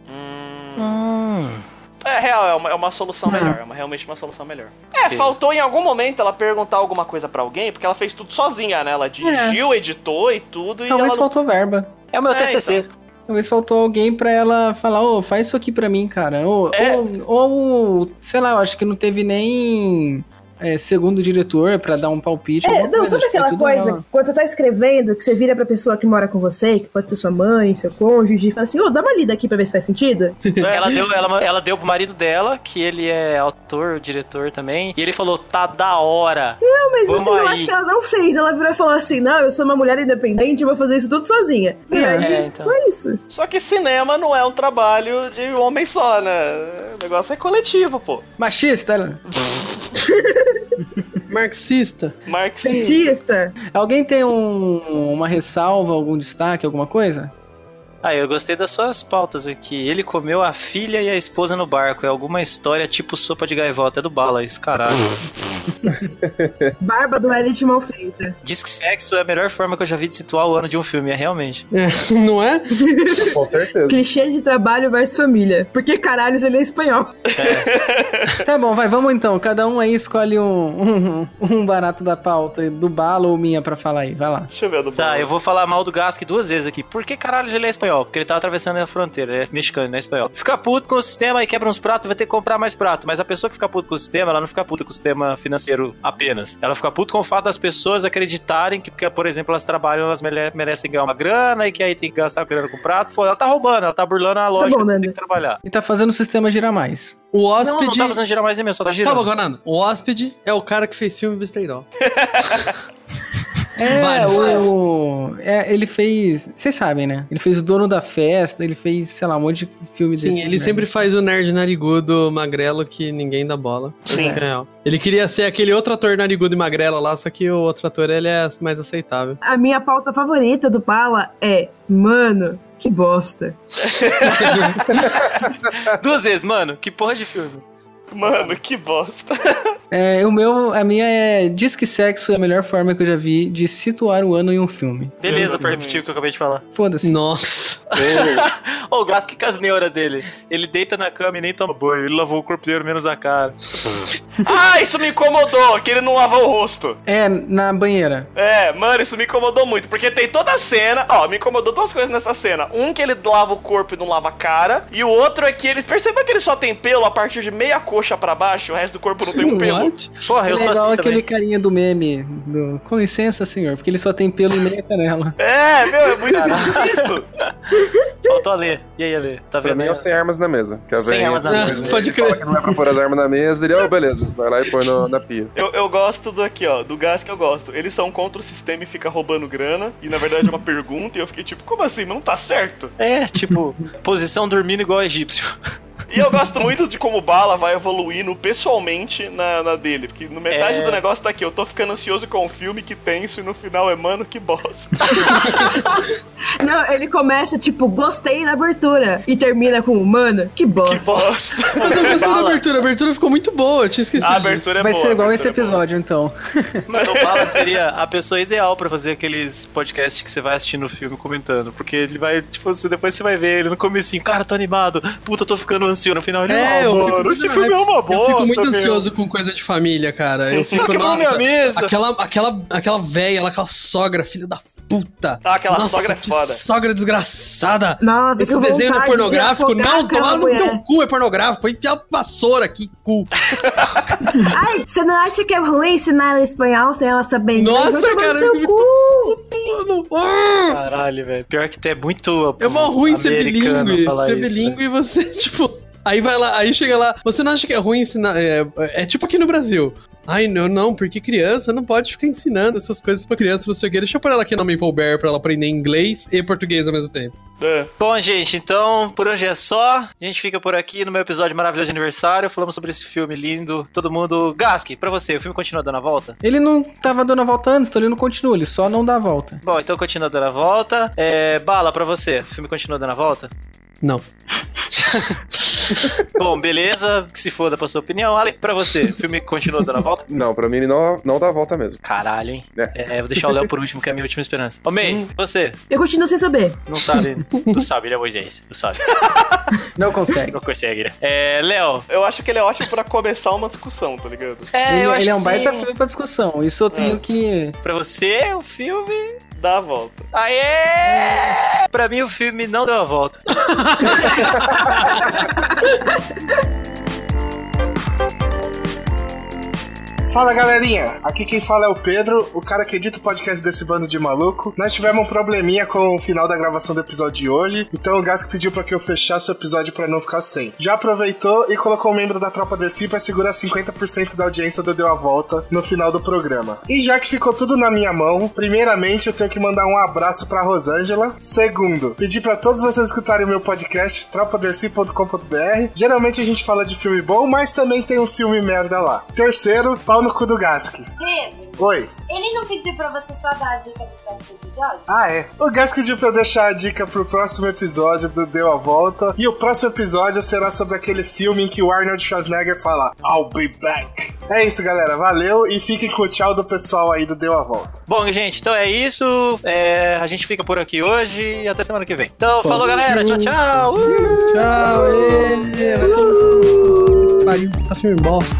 hum...
Hum.
É real, é uma, é uma solução melhor, é uma- realmente uma solução melhor. É, faltou em algum momento ela perguntar alguma coisa pra alguém, porque ela fez tudo sozinha, né? Ela dirigiu, editou e tudo, e
Talvez
ela não-
faltou verba.
É o meu
É,
TCC.
Talvez faltou alguém pra ela falar, ô, faz isso aqui pra mim, cara. Ou,
É.
ou, ou, sei lá, eu acho que não teve nem é, segundo diretor pra dar um palpite.
É,
alguma
não,
coisa,
sabe
acho que foi
aquela
tudo
coisa,
ela.
quando você tá escrevendo, que você vira pra pessoa que mora com você, que pode ser sua mãe, seu cônjuge, e fala assim, ô, dá uma lida aqui pra ver se faz sentido?
Ela deu, ela, ela deu pro marido dela, que ele é autor, diretor também, e ele falou, tá da hora.
Não, mas
Vamos
assim, eu
aí.
acho que ela não fez. Ela virou e falou assim, não, eu sou uma mulher independente, eu vou fazer isso tudo sozinha. E
É,
aí,
é, então.
foi isso.
Só que cinema não é um trabalho de um homem só, né? O negócio é coletivo, pô.
Machista, ela.
Marxista.
Marxista.
Cientista.
Alguém tem um- uma ressalva, algum destaque, alguma coisa?
Ah, eu gostei das suas pautas aqui. Ele comeu a filha e a esposa no barco. É alguma história tipo sopa de gaivota. É do bala isso, caralho.
Barba do Elite mal feita.
Diz que sexo é a melhor forma que eu já vi de situar o ano de um filme. É realmente.
É, não é?
Com [LAUGHS] certeza.
Clichê de trabalho versus família. Porque caralhos ele é espanhol.
Tá bom, vai, vamos então. Cada um aí escolhe um, um, um barato da pauta, do bala ou minha pra falar aí. Vai lá.
Deixa eu ver a do
Tá,
Bono.
eu vou falar mal do Gask duas vezes aqui. Por que caralho ele é espanhol? Porque ele tá atravessando a fronteira, ele é mexicano, não é espanhol. Fica puto com o sistema e quebra uns pratos, vai ter que comprar mais prato. Mas a pessoa que fica puto com o sistema, ela não fica puta com o sistema financeiro apenas. Ela fica puto com o fato das pessoas acreditarem que, porque, por exemplo, elas trabalham, elas mere- merecem ganhar uma grana e que aí tem que gastar grana com prato. Pô, ela tá roubando, ela tá burlando a lógica
bom,
de você ter
Nando.
que trabalhar.
E tá fazendo o sistema girar mais.
O
Não, não
hóspede.
tá fazendo girar mais em mim, só tá girando.
Calma, Gonano. O hóspede é o cara que fez filme
[LAUGHS]
besteirol.
É,
Vários.
o, é, ele fez. Vocês sabem, né? Ele fez o dono da festa, ele fez, sei lá, um monte de filme
Sim,
desses,
ele
né?
sempre faz o nerd narigudo magrelo que ninguém dá bola.
Sim.
É, ó. Ele queria ser aquele outro ator narigudo e magrelo lá, só que o outro ator ele é mais aceitável.
A minha pauta favorita do Pala é, mano, que bosta.
Duas vezes, mano. Que porra de filme.
Mano, que bosta.
É, o meu, a minha é Diz que sexo é a melhor forma que eu já vi de situar o ano em um filme.
Beleza,
Exatamente.
pra repetir o que eu acabei de falar.
Foda-se.
Nossa.
[LAUGHS] Ô, o Gask com as neuras dele. Ele deita na cama e nem toma banho. Ele lavou o corpo inteiro, menos a cara.
Ah, isso me incomodou, que ele não lavou o rosto.
É, na banheira.
É, mano, isso me incomodou muito, porque tem toda a cena, ó, me incomodou duas coisas nessa cena. Um que ele lava o corpo e não lava a cara, e o outro é que ele, perceba que ele só tem pelo a partir de meia coxa pra baixo, o resto do corpo não tem um pelo.
What?
Porra,
É
eu sou
igual
assim
aquele
também.
carinha do meme. do, Com licença, senhor, porque ele só tem pelo e meia canela.
É, meu, é muito esquisito.
Faltou a Lê. E aí, Lê? Tá
Pra
vendo?
mim é o sem armas na mesa. Que a
Sem
velhinha
armas na
fala
mesa.
Ah, pode
que
crer.
Não é pra pôr as armas na mesa, ele, ó, beleza, vai lá e põe no- na pia.
Eu, eu gosto do aqui, ó, do gás que eu gosto. Eles são contra o sistema e fica roubando grana, e na verdade é uma [LAUGHS] pergunta, e eu fiquei tipo, como assim, mas não tá certo?
É, tipo, posição dormindo igual egípcio.
E eu gosto muito de como o Bala vai evoluindo pessoalmente na, na dele. Porque no metade
É.
do negócio tá aqui, eu tô ficando ansioso com o filme, que tenso, e no final é, mano, que bosta.
Não, ele começa, tipo, gostei da abertura. E termina com, mano, que
que
bosta.
bosta.
[LAUGHS] Mas eu gostei da
Bala.
abertura. A abertura ficou muito boa. Eu tinha esquecido.
A abertura é
Vai
boa.
ser igual
a
esse
abertura é boa.
episódio, então.
Mano, o Bala
[LAUGHS]
seria a pessoa ideal pra fazer aqueles podcasts que você vai assistindo o filme comentando. Porque ele vai, tipo, você, depois você vai ver ele no comecinho, cara, tô animado, puta, tô ficando ansioso. No final ele,
É,
é,
eu fico
mano,
muito
esse
na
filme é uma
Eu
bosta,
fico muito
meu.
ansioso com coisa de família, cara. Eu fico,
Quebrou minha
nossa,
mesa.
aquela, aquela, aquela véia, lá, aquela sogra, filha da puta.
Ah, aquela
Nossa,
sogra é
que
foda.
sogra desgraçada.
Nossa,
Esse
que
desenho
vontade
não é
de
pornográfico?
afogar
Não,
aquela
toma no teu
mulher.
cu, é pornográfico. Põe enfiar vassoura aqui, cu.
Ai, você não acha que é ruim ensinar ela espanhol sem ela saber inglês? Vai
Nossa,
tomar no
cara, é
seu
eu
cu.
fico muito puto, mano. Ah!
Caralho, velho. Pior que é muito.
É mó ruim ser
americano
bilíngue.
falar
Ser
isso, né?
bilíngue e você, [LAUGHS] tipo. Aí vai lá, aí chega lá. Você não acha que é ruim ensinar. É, é tipo aqui no Brasil. Ai, não, não, porque criança não pode ficar ensinando essas coisas pra criança, não sei o quê. Deixa eu pôr ela aqui na Maple Bear pra ela aprender inglês e português ao mesmo tempo.
É.
Bom, gente, então por hoje é só. A gente fica por aqui no meu episódio maravilhoso de aniversário. Falamos sobre esse filme lindo. Todo mundo. Gask, pra você, o filme continua dando a volta?
Ele não tava dando a volta antes, então ele não continua, ele só não dá a volta.
Bom, então continua dando a volta. É, Bala, pra você, o filme continua dando a volta?
Não.
[LAUGHS] Bom, beleza. Que se foda pra sua opinião. Ale, pra você, o filme continua dando a volta?
Não, pra mim ele não, não dá a volta mesmo.
Caralho, hein? É, vou deixar o Léo por último, que é a minha última esperança. Ô, May, você,
Eu continuo sem saber.
não sabe. Tu sabe, ele é Moisés. Tu sabe.
Não consegue.
Não consegue, né? É, Léo.
Eu acho que ele é ótimo pra começar uma discussão, tá ligado?
[LAUGHS] É,
ele,
eu acho
ele é um
que
baita
sim. É.
filme pra discussão. Isso eu tenho que.
Pra você, o filme.
Dá a volta.
Aê! Pra mim, o filme não deu a volta.
Fala galerinha, aqui quem fala é o Pedro, o cara que edita o podcast desse bando de maluco. Nós tivemos um probleminha com o final da gravação do episódio de hoje, então o Gask pediu pra que eu fechasse o episódio pra não ficar sem. Já aproveitou e colocou um membro da tropa Dercy pra segurar 50% da audiência do Deu a Volta no final do programa. E já que ficou tudo na minha mão, primeiramente eu tenho que mandar um abraço pra Rosângela. Segundo, pedir pra todos vocês escutarem o meu podcast tropadercy.com.br. Geralmente a gente fala de filme bom, mas também tem uns filmes merda lá. Terceiro, pau no cu do Gask.
Pedro,
Oi.
ele não pediu pra você só dar a dica do próximo episódio?
Ah, é. O Gas pediu pra eu deixar a dica pro próximo episódio do Deu a Volta. E o próximo episódio será sobre aquele filme em que o Arnold Schwarzenegger fala I'll be back. É isso, galera. Valeu e fiquem com o tchau do pessoal aí do Deu a Volta.
Bom, gente, então é isso. É, a gente fica por aqui hoje e até semana que vem. Então, falou, galera. Tchau, tchau. Uh!
Tchau, ê, vai todo- Pariu, tá filme bosta.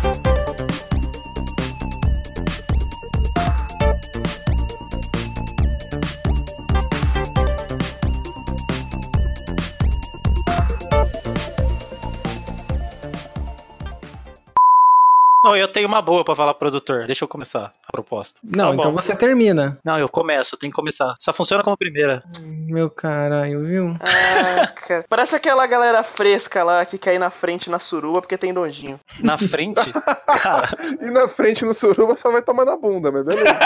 Não, eu tenho uma boa pra falar pro produtor. Deixa eu começar a proposta.
Não,
Tá bom.
então você termina.
Não, eu começo, eu tenho que começar. Só funciona como primeira.
Meu caralho, viu?
Ah, cara. Parece aquela galera fresca lá que quer ir na frente na suruba porque tem nojinho.
Na frente, cara,
E na frente no suruba só vai tomar na bunda, mas beleza.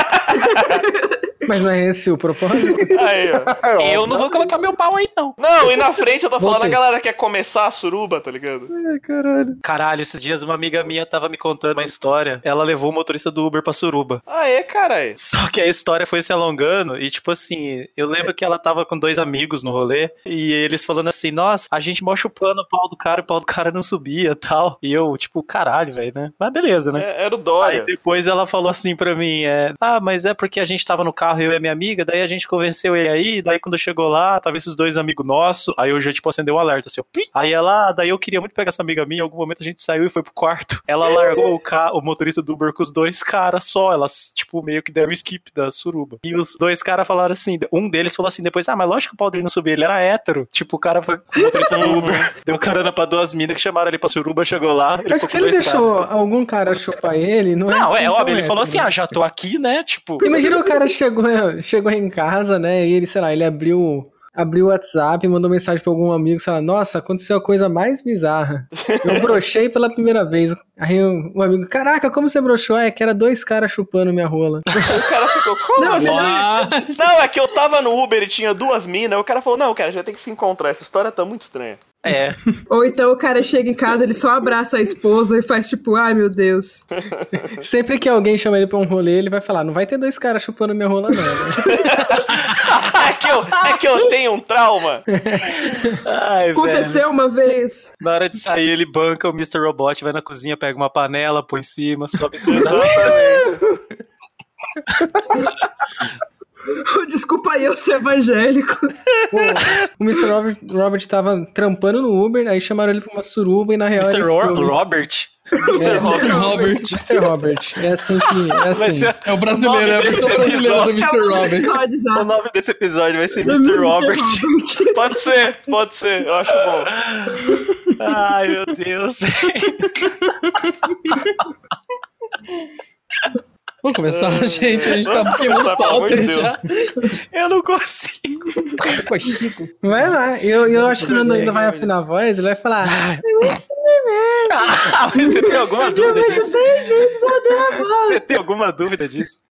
Mas não é esse o
[LAUGHS]
propósito?
Aí, ó.
É óbvio.
Eu não vou colocar meu pau aí, não.
Não, e na frente eu tô falando, a
Voltei.
galera quer começar a suruba, tá ligado?
Ai, caralho.
Caralho, esses dias uma amiga minha tava me contando uma história. Ela levou o motorista do Uber pra suruba. [LAUGHS]
Aê, caralho.
Só que a história foi se alongando e, tipo assim, eu lembro que ela tava com dois amigos no rolê e eles falando assim: nossa, a gente mó chupando o pau do cara, o pau do cara não subia tal. E eu, tipo, caralho, velho, né? Mas beleza, né?
É, era o
Aí
Dória.
depois ela falou assim pra mim, é, ah, mas é porque a gente tava no carro, eu e a minha amiga, daí a gente convenceu ele aí, daí quando chegou lá, tava esses dois amigos nossos, aí eu já, tipo, acendeu o alerta, assim, ó, plim. aí ela, ah, daí eu queria muito pegar essa amiga minha, em algum momento a gente saiu e foi pro quarto, [LAUGHS] ela largou o, ca o motorista do Uber com os dois caras só, elas, tipo, meio que deram o skip da suruba, e os dois caras falaram assim, um deles falou assim depois, ah, mas lógico que o pau dele não subia, ele era hétero, tipo, o cara foi o motorista do Uber, [LAUGHS] deu carona pra duas minas que chamaram ele pra suruba, chegou lá,
Eu
ficou
acho que se
com
ele
dois caras.
deixou algum cara chupar ele, não é
Não,
assim
é
tão
óbvio, ele falou assim,
hétero.
ah, já tô aqui, né? Tipo, [LAUGHS]
Imagina o cara chegou, [LAUGHS] chegou em casa, né? E ele, sei lá, ele abriu. Abriu o WhatsApp, mandou mensagem pra algum amigo, sei lá, nossa, aconteceu a coisa mais bizarra. Eu brochei pela primeira vez. Aí um, um amigo, caraca, como você brochou? É que era dois caras chupando minha rola.
O cara ficou, como? Não,
Uau!
é que eu tava no Uber e tinha duas minas, o cara falou, não, cara, a gente vai ter que se encontrar, essa história tá muito estranha. [LAUGHS]
é.
Ou então o cara chega em casa, ele só abraça a esposa e faz tipo, ai meu Deus.
Sempre que alguém chama ele pra um rolê, ele vai falar, não vai ter dois caras chupando minha rola, não. [LAUGHS] né?"
é, que eu, é que eu tenho um trauma.
Ai,
é, né?
velho.
Aconteceu uma vez. [LAUGHS]
Na hora de sair, ele banca o Mr. Robot, vai na cozinha, pega uma panela, põe em cima, sobe em cima.
Exatamente.
Desculpa eu ser evangélico.
O Mr. Robert, Robert tava trampando no Uber, aí chamaram ele pra uma suruba e na real.
Mr.
ele
Ro-
[LAUGHS] foi-
Robert?
É,
Mr. Robert.
Mr. Robert. É assim que. É
Vai
assim.
ser,
É o brasileiro, é a versão
Esse
brasileira do Mr.
É
Robert.
um episódio
o
já.
nome desse episódio vai ser
Mr.
Mr. Robert.
Robert.
Pode ser, pode ser, eu acho bom.
Ai, meu Deus, [LAUGHS] velho.
Vamos começar, [LAUGHS] gente. A gente tá
Vamos
queimando
começar, pelo amor
pauta
de
já.
Eu não consigo.
Desculpa, Chico.
Vai lá. Eu, eu acho que é o Nando ainda vai afinar a voz, ele vai falar.
Ah, mas você tem alguma dúvida disso?
Bem-vindos ao Deus.
Você tem alguma dúvida disso?